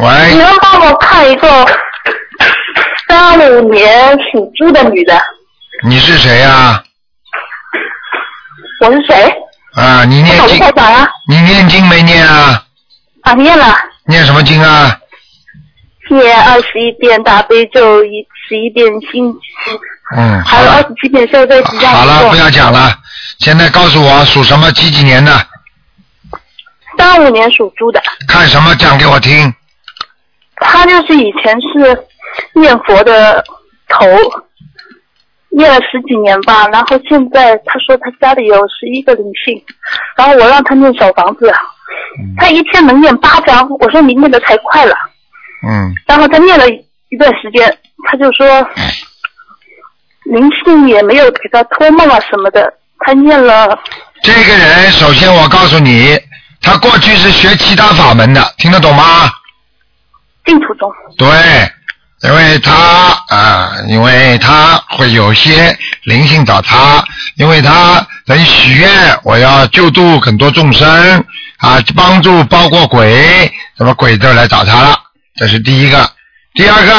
Speaker 1: 哎
Speaker 2: 你
Speaker 1: 喂，
Speaker 2: 能帮我看一个三五年属猪的女的？
Speaker 1: 你是谁呀、啊？
Speaker 2: 我是谁？
Speaker 1: 你念
Speaker 2: 我是
Speaker 1: 经，
Speaker 2: 台长啊！
Speaker 1: 你念经没念啊？
Speaker 2: 啊，念了，
Speaker 1: 念什么经啊？
Speaker 2: 念二十一遍大悲咒，一十一遍心经，
Speaker 1: 嗯，
Speaker 2: 还
Speaker 1: 好
Speaker 2: 有二
Speaker 1: 了，
Speaker 2: 十七遍消灾吉祥
Speaker 1: 好了，不
Speaker 2: 神咒。
Speaker 1: 要讲了。现在告诉我属什么，几几年的，
Speaker 2: 三五年属猪的，
Speaker 1: 看什么，讲给我听。
Speaker 2: 她就是以前是念佛的头，念了十几年吧，然后现在她说她家里有十一个灵性，然后我让她念小房子，她一天能念八张，我说你念的太快了。
Speaker 1: 嗯，
Speaker 2: 然后他念了一段时间，他就说灵性也没有给他托梦啊什么的。他念了，
Speaker 1: 这个人，首先我告诉你，他过去是学其他法门的，听得懂吗？
Speaker 2: 净土宗，
Speaker 1: 对，因为他啊，因为他会有些灵性找他，因为他等于许愿，我要救度很多众生啊，帮助包括鬼，那么鬼都来找他了，这是第一个。第二个，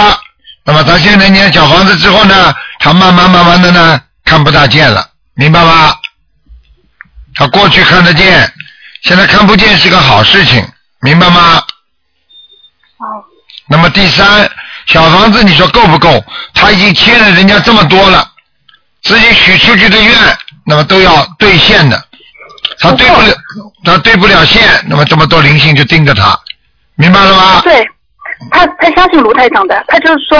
Speaker 1: 那么他现在念小房子之后呢，他慢慢慢慢的呢看不大见了，明白吗？他过去看得见，现在看不见是个好事情，明白吗？那么第三，小房子你说够不够？他已经欠了人家这么多了，自己许出去的愿，那么都要兑现的。他兑不了，他兑不了现，那么这么多灵性就盯着他，明白了吗？
Speaker 2: 对，他他相信卢台长的，他就是说，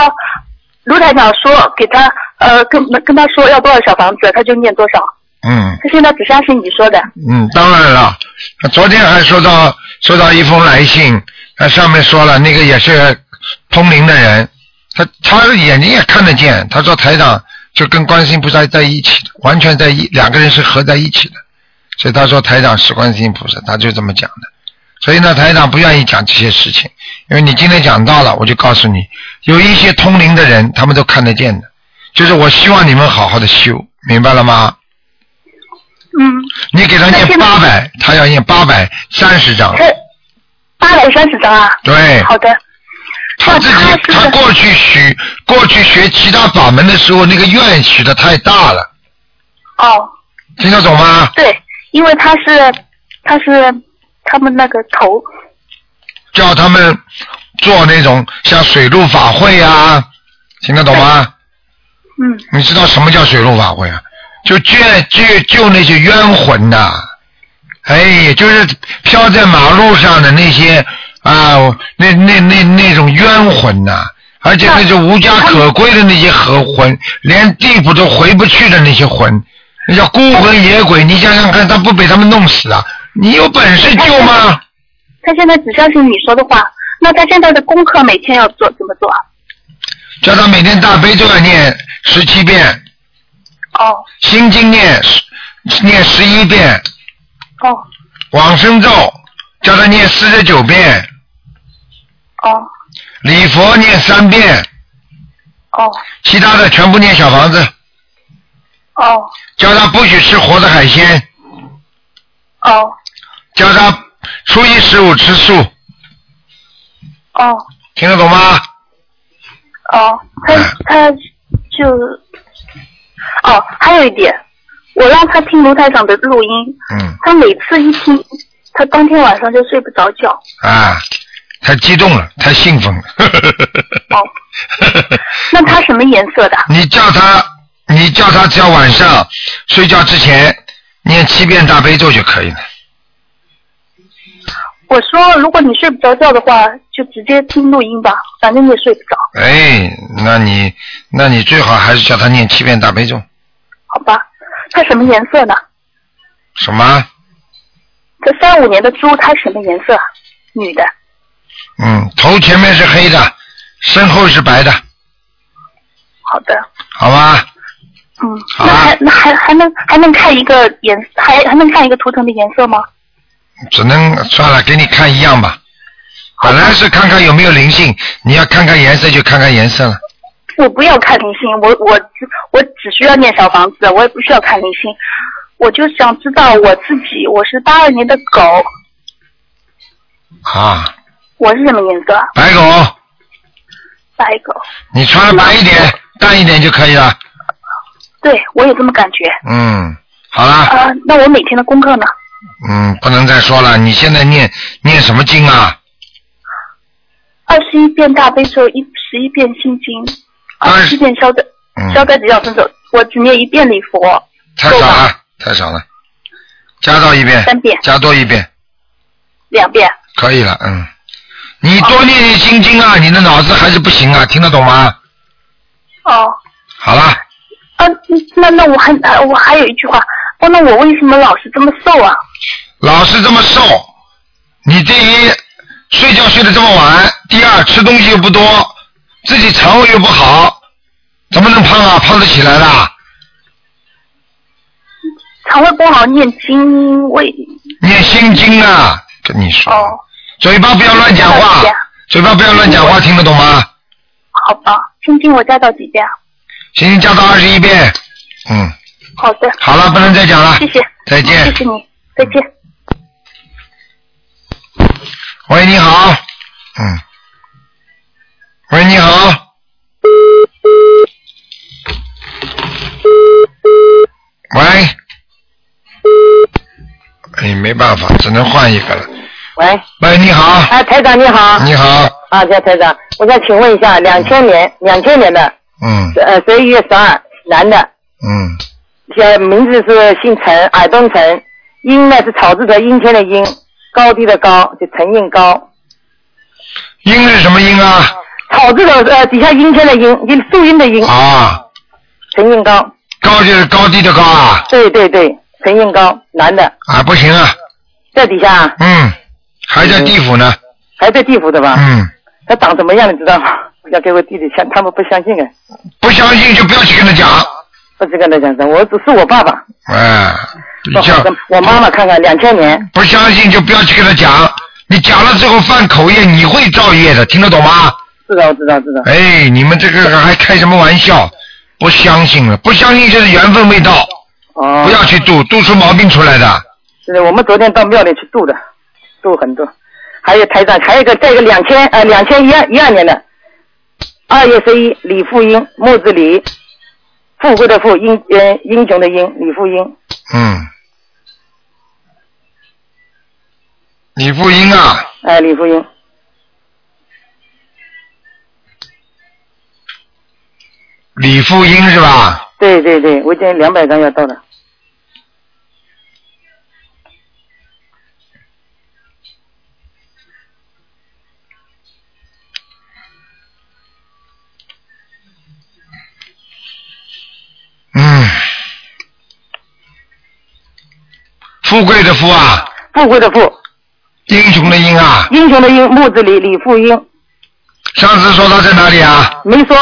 Speaker 2: 卢台长说给他呃跟跟他说要多少小房子，他就念多少。
Speaker 1: 嗯
Speaker 2: 他现在只相信你说的，
Speaker 1: 嗯，当然了，他昨天还收到收到一封来信，他上面说了那个也是通灵的人，他他眼睛也看得见，他说台长就跟观世音菩萨在一起的，完全在一两个人是合在一起的。所以他说台长是观世音菩萨，他就这么讲的。所以呢，台长不愿意讲这些事情，因为你今天讲到了，我就告诉你，有一些通灵的人，他们都看得见的。就是我希望你们好好的修，明白了吗？
Speaker 2: 嗯，
Speaker 1: 你给他念
Speaker 2: 那现在
Speaker 1: 八百，他要念八百三十张。
Speaker 2: 他八百三十张啊。
Speaker 1: 对，
Speaker 2: 好的，
Speaker 1: 他自己
Speaker 2: 那他
Speaker 1: 他
Speaker 2: 是
Speaker 1: 过去许过去学其他法门的时候，那个愿许的太大了，
Speaker 2: 哦，
Speaker 1: 听得懂吗？
Speaker 2: 对，因为他是他是他们那个头，
Speaker 1: 叫他们做那种像水陆法会啊，听得懂吗？
Speaker 2: 嗯。
Speaker 1: 你知道什么叫水陆法会啊？就救救救那些冤魂呐、哎，就是飘在马路上的那些啊，那那那那种冤魂呐、而且那种无家可归的那些和魂，连地府都回不去的那些魂，那叫孤魂野鬼。你想想看，他不被他们弄死啊？你有本事救吗？
Speaker 2: 他现在只相信你说的话，那他现在的功课每天要做怎么做啊？
Speaker 1: 叫他每天大悲咒要念十七遍，
Speaker 2: 哦
Speaker 1: 心经念十念十一遍，
Speaker 2: 哦
Speaker 1: 往生咒叫他念四十九遍，
Speaker 2: 哦
Speaker 1: 礼佛念三遍，
Speaker 2: 哦
Speaker 1: 其他的全部念小房子。
Speaker 2: 哦
Speaker 1: 叫他不许吃活的海鲜，
Speaker 2: 哦
Speaker 1: 叫他初一十五吃素，
Speaker 2: 哦
Speaker 1: 听得懂吗？
Speaker 2: 哦，他他就 哦，还有一点，我让他听卢台长的录音，
Speaker 1: 嗯
Speaker 2: 他每次一听，他当天晚上就睡不着觉。
Speaker 1: 啊，太激动了，太兴奋了。
Speaker 2: 哦， 那他什么颜色的？
Speaker 1: 你叫他，你叫他只要晚上睡觉之前念七遍大悲咒就可以了。
Speaker 2: 我说，如果你睡不着觉的话，就直接听录音吧，反正你也睡不着，
Speaker 1: 哎，那你那你最好还是叫他念七遍大悲咒。
Speaker 2: 好吧？他什么颜色呢？
Speaker 1: 什么？
Speaker 2: 这三五年的猪，它什么颜色啊？女的。
Speaker 1: 嗯，头前面是黑的，身后是白的，
Speaker 2: 好的，
Speaker 1: 好吧？
Speaker 2: 嗯，
Speaker 1: 好
Speaker 2: 那
Speaker 1: 啊
Speaker 2: 还那还还能还能看一个颜，还还能看一个图腾的颜色吗？
Speaker 1: 只能算了，给你看一样吧。本来是看看有没有灵性，你要看看颜色就看看颜色了。
Speaker 2: 我不要看灵性，我我只我只需要念小房子，我也不需要看灵性，我就想知道我自己，我是八二年的狗，
Speaker 1: 啊，
Speaker 8: 我是什么颜色啊？
Speaker 1: 白狗，
Speaker 8: 白狗。
Speaker 1: 你穿的白一
Speaker 2: 嗯
Speaker 1: 点、淡一点就可以了。
Speaker 8: 对，我也这么感觉。
Speaker 1: 嗯，好啦，
Speaker 8: 啊、那我每天的功课呢？
Speaker 1: 嗯，不能再说了。你现在念念什么经啊？
Speaker 8: 二十一遍大悲咒，一十一遍心经，
Speaker 1: 二
Speaker 8: 二
Speaker 1: 十
Speaker 8: 十遍消灾
Speaker 1: 嗯
Speaker 8: 消灾吉祥神咒，我只念一遍礼佛，
Speaker 1: 太少了，太少了，加到一遍，
Speaker 8: 三遍
Speaker 1: 加多一遍，
Speaker 8: 两遍。
Speaker 1: 可以了。嗯，你多念念心经啊，你的脑子还是不行啊，听得懂吗？
Speaker 8: 哦，
Speaker 1: 好了，
Speaker 8: 啊，那那我还啊
Speaker 2: 呃
Speaker 8: 我还有一句话，哦，那我为什么老是这么瘦啊？
Speaker 1: 老是这么瘦，你第一睡觉睡得这么晚，第二吃东西又不多，自己肠胃又不好，怎么能胖啊？胖得起来的？
Speaker 8: 肠胃不好，念经胃
Speaker 1: 念心经啊，跟你说，
Speaker 8: 哦，
Speaker 1: 嘴巴不要乱讲
Speaker 8: 加到
Speaker 1: 话
Speaker 8: 几遍，
Speaker 1: 嘴巴不要乱
Speaker 8: 嗯
Speaker 1: 讲话，听得懂吗？
Speaker 8: 好吧，心经我加到几遍啊？
Speaker 1: 行，行，加到二十一遍。嗯，
Speaker 8: 好的，
Speaker 1: 好了，不能再讲了
Speaker 8: 谢，谢，
Speaker 1: 再见
Speaker 8: 谢。谢你，再见。
Speaker 1: 喂，你好。嗯。喂，你好。喂。哎，没办法，只能换一个了。
Speaker 2: 喂，
Speaker 1: 喂，你好，
Speaker 2: 哎，台长你好，
Speaker 1: 你好，
Speaker 2: 啊，这台长，我想请问一下，两千年，两千年的，
Speaker 1: 嗯
Speaker 2: 呃，十一月十二，男的，
Speaker 1: 嗯，
Speaker 2: 呃，名字是姓陈，耳东陈，音呢是草字头阴天的阴，高低的高，就陈印高，
Speaker 1: 音是什么音啊？
Speaker 2: 草字头呃底下阴天的阴，就树荫的阴，
Speaker 1: 啊，
Speaker 2: 陈印高，
Speaker 1: 高就是高低的高啊，
Speaker 2: 对对对，陈印高，男的，
Speaker 1: 啊不行啊，
Speaker 2: 在底下啊
Speaker 1: 嗯，还在地府呢，
Speaker 2: 还在地府的吧？
Speaker 1: 嗯，
Speaker 2: 他长什么样你知道吗？要给我弟弟相，他们不相信啊，
Speaker 1: 不相信就不要去跟他讲，
Speaker 2: 不是跟他讲的，我只是我爸爸，
Speaker 1: 哎，你
Speaker 2: 不好
Speaker 1: 叫
Speaker 2: 跟我妈妈看看两千年。
Speaker 1: 不相信就不要去跟他讲，你讲了之后犯口业，你会造业的，听得懂吗？
Speaker 2: 知道，知道，知道。
Speaker 1: 哎，你们这个还开什么玩笑？不相信了，不相信就是缘分未到，
Speaker 2: 哦，
Speaker 1: 哎不要去度，度出毛病出来的。
Speaker 2: 是的，我们昨天到庙里去度的，度很多。还有台长，还有一个，再一个两千呃两千一二一二年的二月十一，李富英，木字李，富贵的富，英呃英雄的英，李富英。
Speaker 1: 嗯，你不应啊，
Speaker 2: 哎，李富英，
Speaker 1: 李富英是吧？
Speaker 2: 对对对，我已经两百张要到了。
Speaker 1: 嗯，富贵的富啊，
Speaker 2: 富贵的富，
Speaker 1: 英雄的英啊。
Speaker 2: 英雄的英，木字李，李富英。
Speaker 1: 上次说他在哪里啊？
Speaker 2: 没说，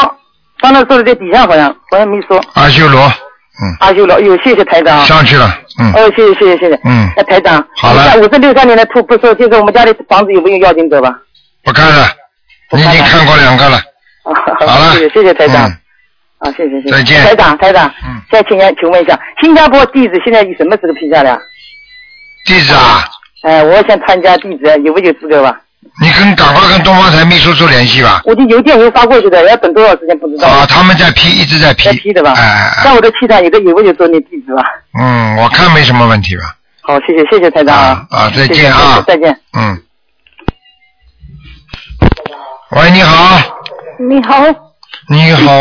Speaker 2: 刚才说的在底下好像好像没说。
Speaker 1: 阿修罗，嗯，
Speaker 2: 阿修罗，有谢谢台长。
Speaker 1: 上去了，嗯，
Speaker 2: 哦，谢谢谢谢谢谢。
Speaker 1: 嗯
Speaker 2: 那台长，
Speaker 1: 好了
Speaker 2: 我这六三年的兔不说，就是我们家里房子有没有要紧者吧？
Speaker 1: 不看了，
Speaker 2: 不
Speaker 1: 你已
Speaker 2: 看
Speaker 1: 经
Speaker 2: 了
Speaker 1: 看过两个了，
Speaker 2: 啊，
Speaker 1: 好了，
Speaker 2: 谢谢谢谢台长。
Speaker 1: 嗯
Speaker 2: 啊，谢谢谢谢。
Speaker 1: 再见
Speaker 2: 台长台长。
Speaker 1: 嗯
Speaker 2: 再请问请问一下，新加坡地址现在以什么资格批下来啊？
Speaker 1: 地址啊，
Speaker 2: 哎，我想参加地址，有没有资格吧？
Speaker 1: 你跟赶快跟东方台秘书处联系吧。
Speaker 2: 我的邮件已经发过去的，要等多少时间不知道。
Speaker 1: 啊，他们在批，一直在批
Speaker 2: 嗯在，批的吧？
Speaker 1: 哎哎
Speaker 2: 在
Speaker 1: 哎，
Speaker 2: 我的气场有个有没有说你地址吧？
Speaker 1: 嗯，我看没什么问题吧，
Speaker 2: 好，谢谢谢谢台长
Speaker 1: 啊啊再见啊
Speaker 2: 谢谢再见。
Speaker 1: 嗯。喂，你好，
Speaker 9: 你好，
Speaker 1: 你好。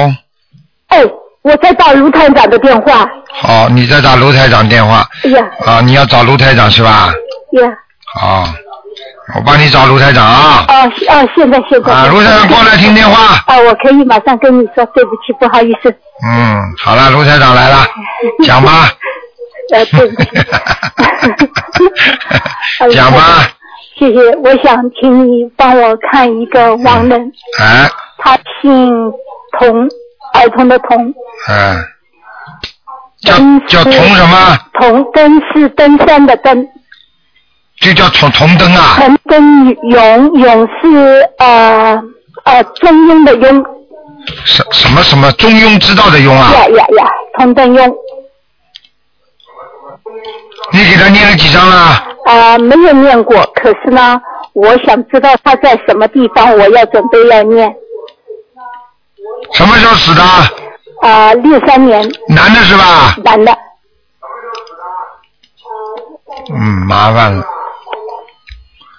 Speaker 9: 哎，我在打卢探长的电话。
Speaker 1: 好，你在打卢台长电话
Speaker 9: 哎呀哎
Speaker 1: 啊？你要找卢台长是吧？
Speaker 9: 呀，
Speaker 1: 好，我帮你找卢台长啊。
Speaker 9: 哦是哦，现在现在。
Speaker 1: 啊，卢台长过来听电话。
Speaker 9: 啊，我可以马上跟你说，对不起，不好意思，
Speaker 1: 嗯，好了，卢台长来了，讲吧。。
Speaker 9: 呃，对 不起
Speaker 2: 哎
Speaker 1: 讲吧，
Speaker 9: 谢谢，我想请你帮我看一个亡人，
Speaker 1: 哎，
Speaker 9: 他姓童，儿童的童，
Speaker 1: 嗯，叫
Speaker 9: 嗯
Speaker 1: 叫童什么？
Speaker 9: 童登是登山的登，
Speaker 1: 就叫童童灯啊。
Speaker 9: 陈跟勇，勇是呃呃中庸的庸，
Speaker 1: 什什么什么中庸之道的庸啊？
Speaker 9: 呀呀呀，童登庸。
Speaker 1: 你给他念了几张了？
Speaker 9: 呃啊、没有念过，可是呢，
Speaker 2: 我想知道他在什么地方，我要准备要念。
Speaker 1: 什么时候死的？
Speaker 9: 呃
Speaker 2: 啊，六三年
Speaker 1: 男的是吧？
Speaker 2: 男的，
Speaker 1: 嗯，麻烦了。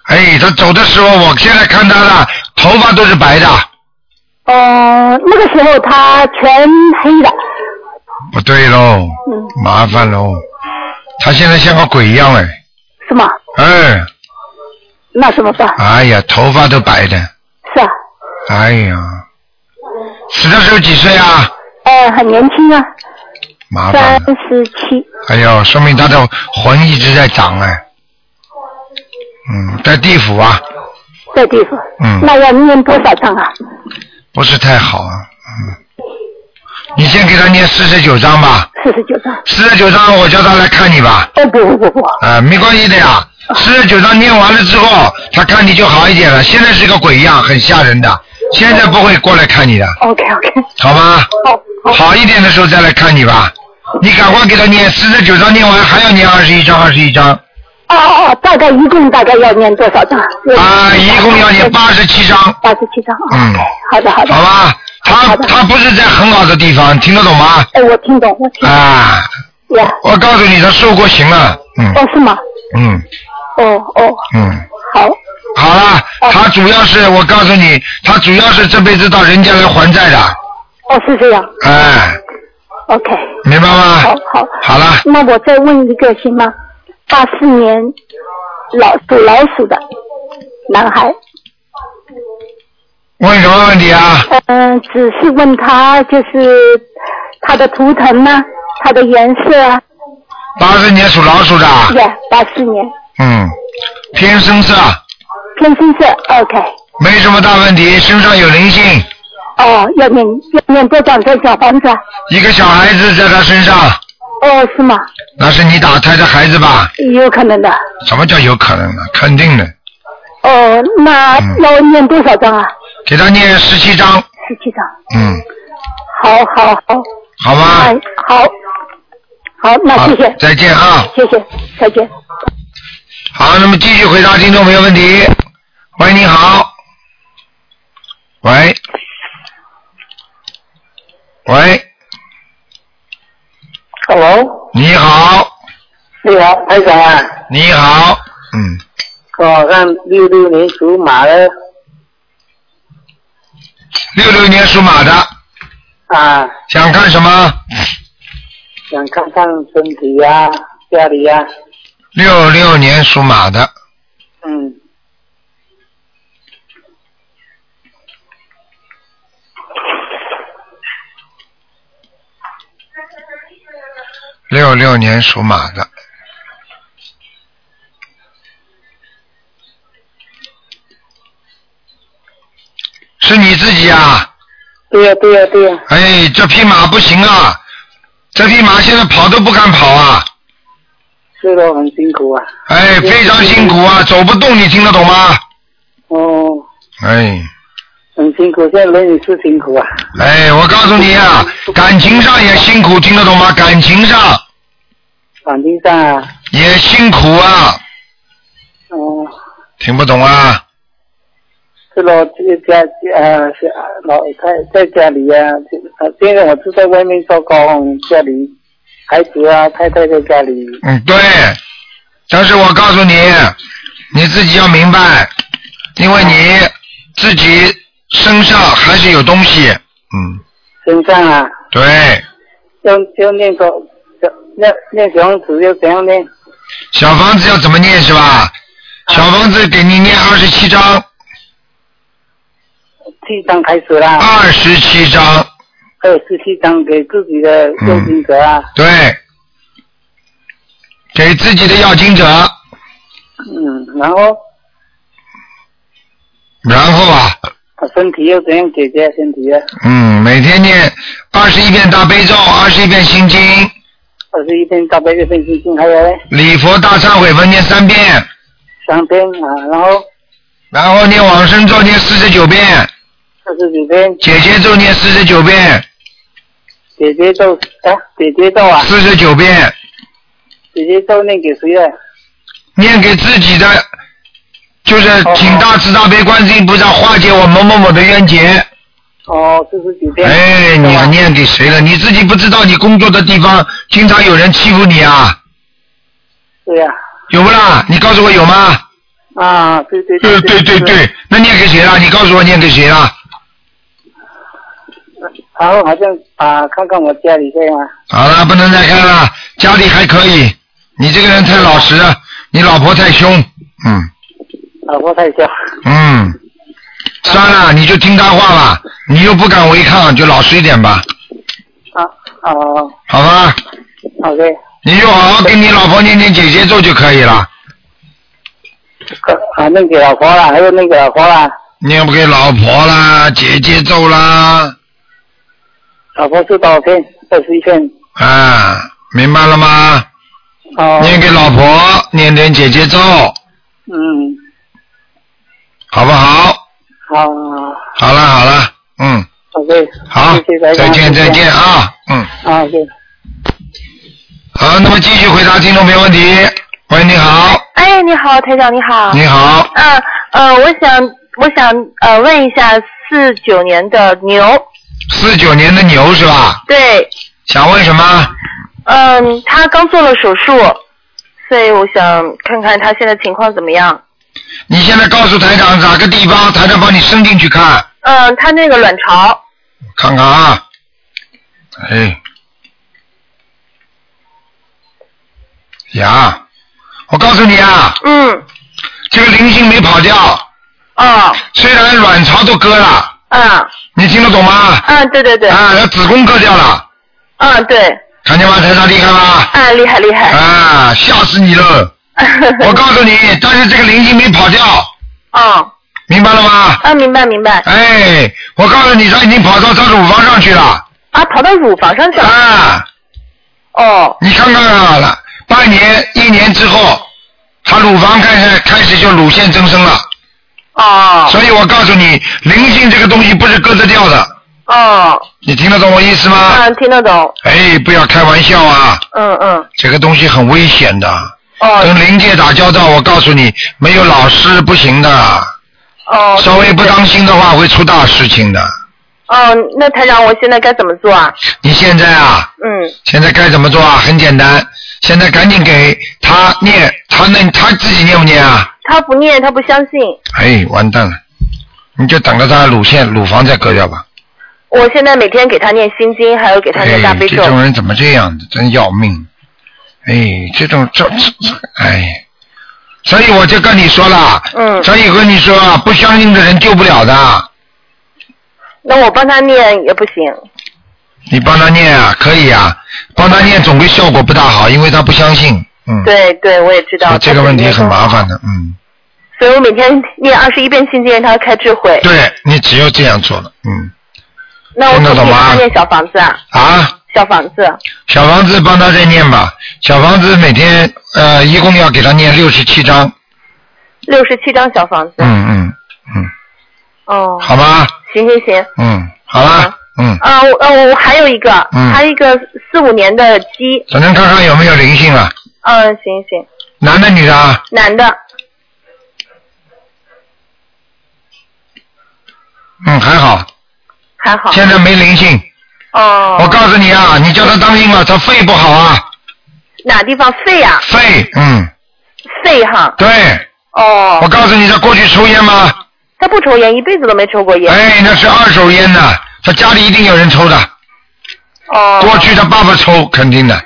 Speaker 1: 哎，他走的时候，我现在看他的头发都是白的，
Speaker 9: 呃
Speaker 2: 嗯、那个时候他全黑的，
Speaker 1: 不对喽，
Speaker 2: 嗯，
Speaker 1: 麻烦喽。他现在像个鬼一样哎，
Speaker 2: 是吗？
Speaker 1: 哎，
Speaker 2: 那怎么办？
Speaker 1: 哎呀，头发都白的，
Speaker 2: 是啊，
Speaker 1: 哎呀，死的时候几岁啊？
Speaker 2: 呃，很年轻啊，
Speaker 1: 麻烦
Speaker 2: 三
Speaker 1: 了，
Speaker 2: 十七，
Speaker 1: 哎呦，说明他的魂一直在长哎，嗯，在地府啊，
Speaker 2: 在地府。
Speaker 1: 嗯
Speaker 2: 那要念多少章啊？
Speaker 1: 不是太好啊，嗯，你先给他念四十九章吧，
Speaker 2: 四十九章。
Speaker 1: 四十九章我叫他来看你吧，
Speaker 2: 哦不不不不，
Speaker 1: 啊、没关系的呀，四十九章念完了之后，他看你就好一点了，现在是个鬼样，很吓人的，现在不会过来看你的。
Speaker 2: OK OK，
Speaker 1: 好吧，
Speaker 2: 哦
Speaker 1: 好一点的时候再来看你吧。你赶快给他念四十九章，念完还要念二十一章，二十一章
Speaker 2: 哦哦，哦大概一共大概要念多少章？
Speaker 1: 啊，一共要念八十七章。
Speaker 2: 八十七章。哦
Speaker 1: 嗯，
Speaker 2: 好的好的。
Speaker 1: 好吧，他他不是在很好的地方，听得懂吗？
Speaker 2: 哎，我听懂，我听
Speaker 1: 啊，
Speaker 2: 呀。
Speaker 1: 我告诉你，他受过刑了。嗯
Speaker 2: 哦，是吗？
Speaker 1: 嗯
Speaker 2: 哦哦，
Speaker 1: 嗯，
Speaker 2: 好，
Speaker 1: 好了，他主要是我告诉你，他主要是这辈子到人家来还债的。
Speaker 2: 哦是这样
Speaker 1: 哎，
Speaker 2: ，OK，
Speaker 1: 明白吗
Speaker 2: 好？好。
Speaker 1: 好了，
Speaker 2: 那我再问一个行吗？八四年老属老鼠的男孩，
Speaker 1: 问什么问题啊？
Speaker 2: 嗯、只是问他就是他的图腾呢、他的颜色啊，
Speaker 1: 八十年属老鼠的，
Speaker 2: 对，八四年
Speaker 1: 嗯，偏深色。
Speaker 2: 偏深色，OK，
Speaker 1: 没什么大问题，身上有灵性，
Speaker 2: 哦，要念要念多少张小房子啊？
Speaker 1: 一个小孩子在他身上，
Speaker 2: 哦，是吗？
Speaker 1: 那是你打胎的孩子吧？
Speaker 2: 有可能的。
Speaker 1: 什么叫有可能呢？肯定的，
Speaker 2: 哦，那要念多少张啊？
Speaker 1: 给他念十七章，
Speaker 2: 十七张。
Speaker 1: 嗯，
Speaker 2: 好好好。
Speaker 1: 好吗？
Speaker 2: 哎，好，好，那谢谢
Speaker 1: 好，再见啊！
Speaker 2: 谢谢，再见。
Speaker 1: 好，那么继续回答听众朋友问题。喂，你好。喂。喂，
Speaker 10: Hello，
Speaker 1: 你好，
Speaker 10: 你好，台长啊，
Speaker 1: 你好，嗯，
Speaker 10: 我看六六年属马的
Speaker 1: 六六年属马的，
Speaker 10: 啊，
Speaker 1: 想看什么？
Speaker 10: 想看看身体呀、家里呀、
Speaker 1: 六六年属马的，
Speaker 10: 嗯，
Speaker 1: 六六年属马的，是你自己啊？
Speaker 10: 对呀、对呀、对呀、
Speaker 1: 哎，这匹马不行啊，这匹马现在跑都不敢跑啊，
Speaker 10: 是咯，很辛苦啊。
Speaker 1: 哎，非常辛苦啊，走不动，你听得懂吗？
Speaker 10: 哦，
Speaker 1: 哎，
Speaker 10: 很辛苦，现在轮椅是辛苦啊。
Speaker 1: 哎，我告诉你啊，感情上也辛苦，听得懂吗？感情上
Speaker 10: 感情上啊，
Speaker 1: 也辛苦啊，
Speaker 10: 哦，
Speaker 1: 听不懂啊？
Speaker 10: 是咯，这个家呃是啊老在在家里呀、啊，呃现在我是在外面做工，家里孩子啊太太在家里，
Speaker 1: 嗯，对，但是我告诉你，你自己要明白，因为你自己身上还是有东西，嗯，
Speaker 10: 身上啊。
Speaker 1: 对，
Speaker 10: 要要念个要念念小王子要怎样念？
Speaker 1: 小房子要怎么念是吧？小房子给你念二十七章，
Speaker 10: 七章开始啦，
Speaker 1: 二十七章，
Speaker 10: 还有十七章给自己的右心者啊，
Speaker 1: 对，给自己的要经者，
Speaker 10: 嗯，然后
Speaker 1: 然后啊，
Speaker 10: 啊身体要怎样解决身体啊？
Speaker 1: 嗯，每天念二十一遍大悲咒，二十一遍心经，
Speaker 10: 二十一天大悲一份心经，还有嘞
Speaker 1: 礼佛大忏悔文念三遍，
Speaker 10: 三天啊，然后
Speaker 1: 然后念往生咒念四十九遍，
Speaker 10: 二十九天
Speaker 1: 姐姐咒念四十九遍，
Speaker 10: 解决咒啊，解决咒啊，
Speaker 1: 四十九遍，
Speaker 10: 解决咒念给谁啊？
Speaker 1: 念给自己的，就就是请大慈大悲观世音菩萨化解我某某某的冤结。
Speaker 10: 哦，这是几遍？
Speaker 1: 哎，你要念给谁了？你自己不知道你工作的地方经常有人欺负你啊？
Speaker 10: 对呀、
Speaker 1: 有不啦？你告诉我有吗？
Speaker 10: 啊，对对
Speaker 1: 呃对对对对，那念给谁了？你告诉我念给谁了？
Speaker 10: 然后好像啊，看看我家里这样啊，
Speaker 1: 好了，不能再看了，家里还可以。你这个人太老实了，你老婆太凶，嗯
Speaker 10: 老婆太小，
Speaker 1: 嗯，算了，你就听她话吧，你又不敢违抗，就老实一点吧，
Speaker 10: 啊啊，
Speaker 1: 好吧？
Speaker 10: 好的，
Speaker 1: 你就好好跟你老婆念念姐姐咒就可以了，
Speaker 10: 可啊，弄给老婆了，还有那个老婆了，
Speaker 1: 念不给老婆啦，姐姐咒啦，
Speaker 10: 老婆是多少片？二十一片，
Speaker 1: 啊，明白了吗？
Speaker 10: 哦，
Speaker 1: 念给老婆，念点姐姐咒，
Speaker 10: 嗯，
Speaker 1: 好不好？
Speaker 10: 好，
Speaker 1: 好了好了，嗯，
Speaker 10: 好的，
Speaker 1: 好
Speaker 10: 谢谢台，
Speaker 1: 再
Speaker 10: 长
Speaker 1: 见再见啊，嗯。
Speaker 10: 啊，对，
Speaker 1: 好，那么继续回答听众朋友问题。喂，你好，
Speaker 2: 哎，你好，台长，你好。
Speaker 1: 你好。
Speaker 2: 啊，呃，我想，我想，呃，问一下，四九年的牛，
Speaker 1: 四九年的牛是吧？
Speaker 2: 对，
Speaker 1: 想问什么？
Speaker 2: 嗯，他刚做了手术，所以我想看看他现在情况怎么样。
Speaker 1: 你现在告诉台长哪个地方，台长帮你伸进去看，
Speaker 2: 嗯，他那个卵巢，
Speaker 1: 看看啊。哎，呀，我告诉你啊，
Speaker 2: 嗯，
Speaker 1: 这个灵性没跑掉。
Speaker 2: 啊。
Speaker 1: 虽然卵巢都割了，
Speaker 2: 嗯，
Speaker 1: 你听得懂吗？
Speaker 2: 嗯，对对对。
Speaker 1: 啊，那子宫割掉了，
Speaker 2: 嗯，对，
Speaker 1: 看见吗？台长厉害吧？
Speaker 2: 啊，厉害厉害。
Speaker 1: 啊，吓死你了！ 我告诉你，但是这个灵性没跑掉，
Speaker 2: 啊，
Speaker 1: 明白了吗？
Speaker 2: 啊，明白明白。
Speaker 1: 哎，我告诉你，他已经跑到他乳房上去了。
Speaker 2: 啊，跑到乳房上去了。
Speaker 1: 啊。
Speaker 2: 哦。
Speaker 1: 你看看好了，半年、一年之后，他乳房开始开始就乳腺增生了。
Speaker 2: 哦。
Speaker 1: 所以我告诉你，灵性这个东西不是割得掉的，
Speaker 2: 哦，
Speaker 1: 你听得懂我意思吗？
Speaker 2: 嗯，听得懂，
Speaker 1: 哎，不要开玩笑啊，
Speaker 2: 嗯嗯，
Speaker 1: 这个东西很危险的。
Speaker 2: 哦。
Speaker 1: 跟灵界打交道，我告诉你，没有老师不行的。
Speaker 2: 哦。
Speaker 1: 稍微不当心的话，会出大事情的。
Speaker 2: 嗯，那台长，我现在该怎么做啊？
Speaker 1: 你现在啊，
Speaker 2: 嗯，
Speaker 1: 现在该怎么做啊？很简单，现在赶紧给他念，他那他自己念不念啊？
Speaker 2: 他不念，他不相信，
Speaker 1: 哎，完蛋了，你就等着他乳腺、乳房再割掉吧。
Speaker 2: 我现在每天给他念心经，还有给他
Speaker 1: 哎
Speaker 2: 念大，悲
Speaker 1: 这
Speaker 2: 咒。
Speaker 1: 种人怎么这样的？真要命！哎，这种这这这，哎，所以我就跟你说了，
Speaker 2: 嗯
Speaker 1: 所以我跟你说啊，不相信的人救不了的。
Speaker 2: 那我帮他念也不行。
Speaker 1: 嗯你帮他念啊，可以啊，帮他念总归效果不大好，因为他不相信。嗯，
Speaker 2: 对啊对，我也知道。
Speaker 1: 这个问题很麻烦的，嗯，
Speaker 2: 所以我每天念二十一遍心经，让他开智慧。
Speaker 1: 对你只有这样做了，嗯，
Speaker 2: 那我
Speaker 1: 听
Speaker 2: 可
Speaker 1: 得懂
Speaker 2: 不可以
Speaker 1: 吗
Speaker 2: 帮他念小房子啊？
Speaker 1: 啊，
Speaker 2: 小房子，
Speaker 1: 小房子帮他再念吧，小房子每天呃一共要给他念六十七章，
Speaker 2: 六十七张小房子。
Speaker 1: 嗯嗯嗯，
Speaker 2: 哦，
Speaker 1: 好吗？
Speaker 2: 行行行。
Speaker 1: 嗯，好啦，嗯，
Speaker 2: 啊，我啊我我还有一个，
Speaker 1: 嗯
Speaker 2: 还有一个四五年的鸡。
Speaker 1: 咱能看看有没有灵性了，啊
Speaker 2: 嗯，行行，
Speaker 1: 男的女的啊？
Speaker 2: 男的。
Speaker 1: 嗯，还好，
Speaker 2: 还好。
Speaker 1: 现在没灵性。
Speaker 2: 哦。
Speaker 1: 我告诉你啊，你叫他当心了，他肺不好啊，
Speaker 2: 哪地方肺啊？
Speaker 1: 肺，嗯，
Speaker 2: 肺哈。
Speaker 1: 对，
Speaker 2: 哦。
Speaker 1: 我告诉你，他过去抽烟吗？
Speaker 2: 他不抽烟，一辈子都没抽过烟。
Speaker 1: 哎，那是二手烟呐、他家里一定有人抽的。
Speaker 2: 哦。
Speaker 1: 过去他爸爸抽，肯定的。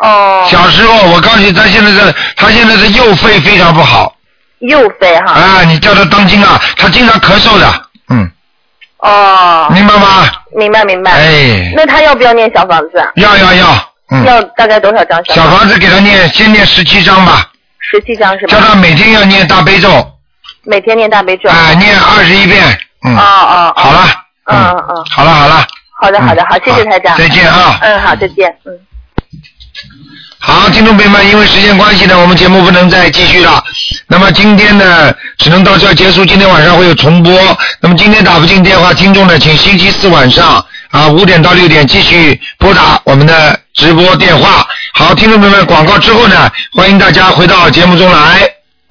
Speaker 2: 哦。
Speaker 1: 小时候，我告诉你，他现在是，他现在是右肺非常不好
Speaker 2: 右肺哈。
Speaker 1: 啊！你叫他当心啊，他经常咳嗽的，嗯，
Speaker 2: 哦。
Speaker 1: 明白吗？
Speaker 2: 明白明白。
Speaker 1: 哎
Speaker 2: 那他要不要念小房子啊？
Speaker 1: 要要要，嗯，
Speaker 2: 要大概多少张
Speaker 1: 小
Speaker 2: 房
Speaker 1: 房子给他念，先念十七章吧，
Speaker 2: 十七张是吧？
Speaker 1: 叫他每天要念大悲咒，
Speaker 2: 每天念大悲咒。
Speaker 1: 啊，念二十一遍，嗯，
Speaker 2: 哦哦。
Speaker 1: 好了，
Speaker 2: 嗯嗯嗯。
Speaker 1: 好了好了，
Speaker 2: 好的好的
Speaker 1: 嗯
Speaker 2: 好，谢谢台长。
Speaker 1: 再见啊
Speaker 2: 嗯，好，再见。嗯。
Speaker 1: 好，听众朋友们，因为时间关系呢，我们节目不能再继续了。那么今天呢，只能到这儿结束。今天晚上会有重播。那么今天打不进电话，听众呢，请星期四晚上啊五点到六点继续拨打我们的直播电话。好，听众朋友们，广告之后呢，欢迎大家回到节目中来。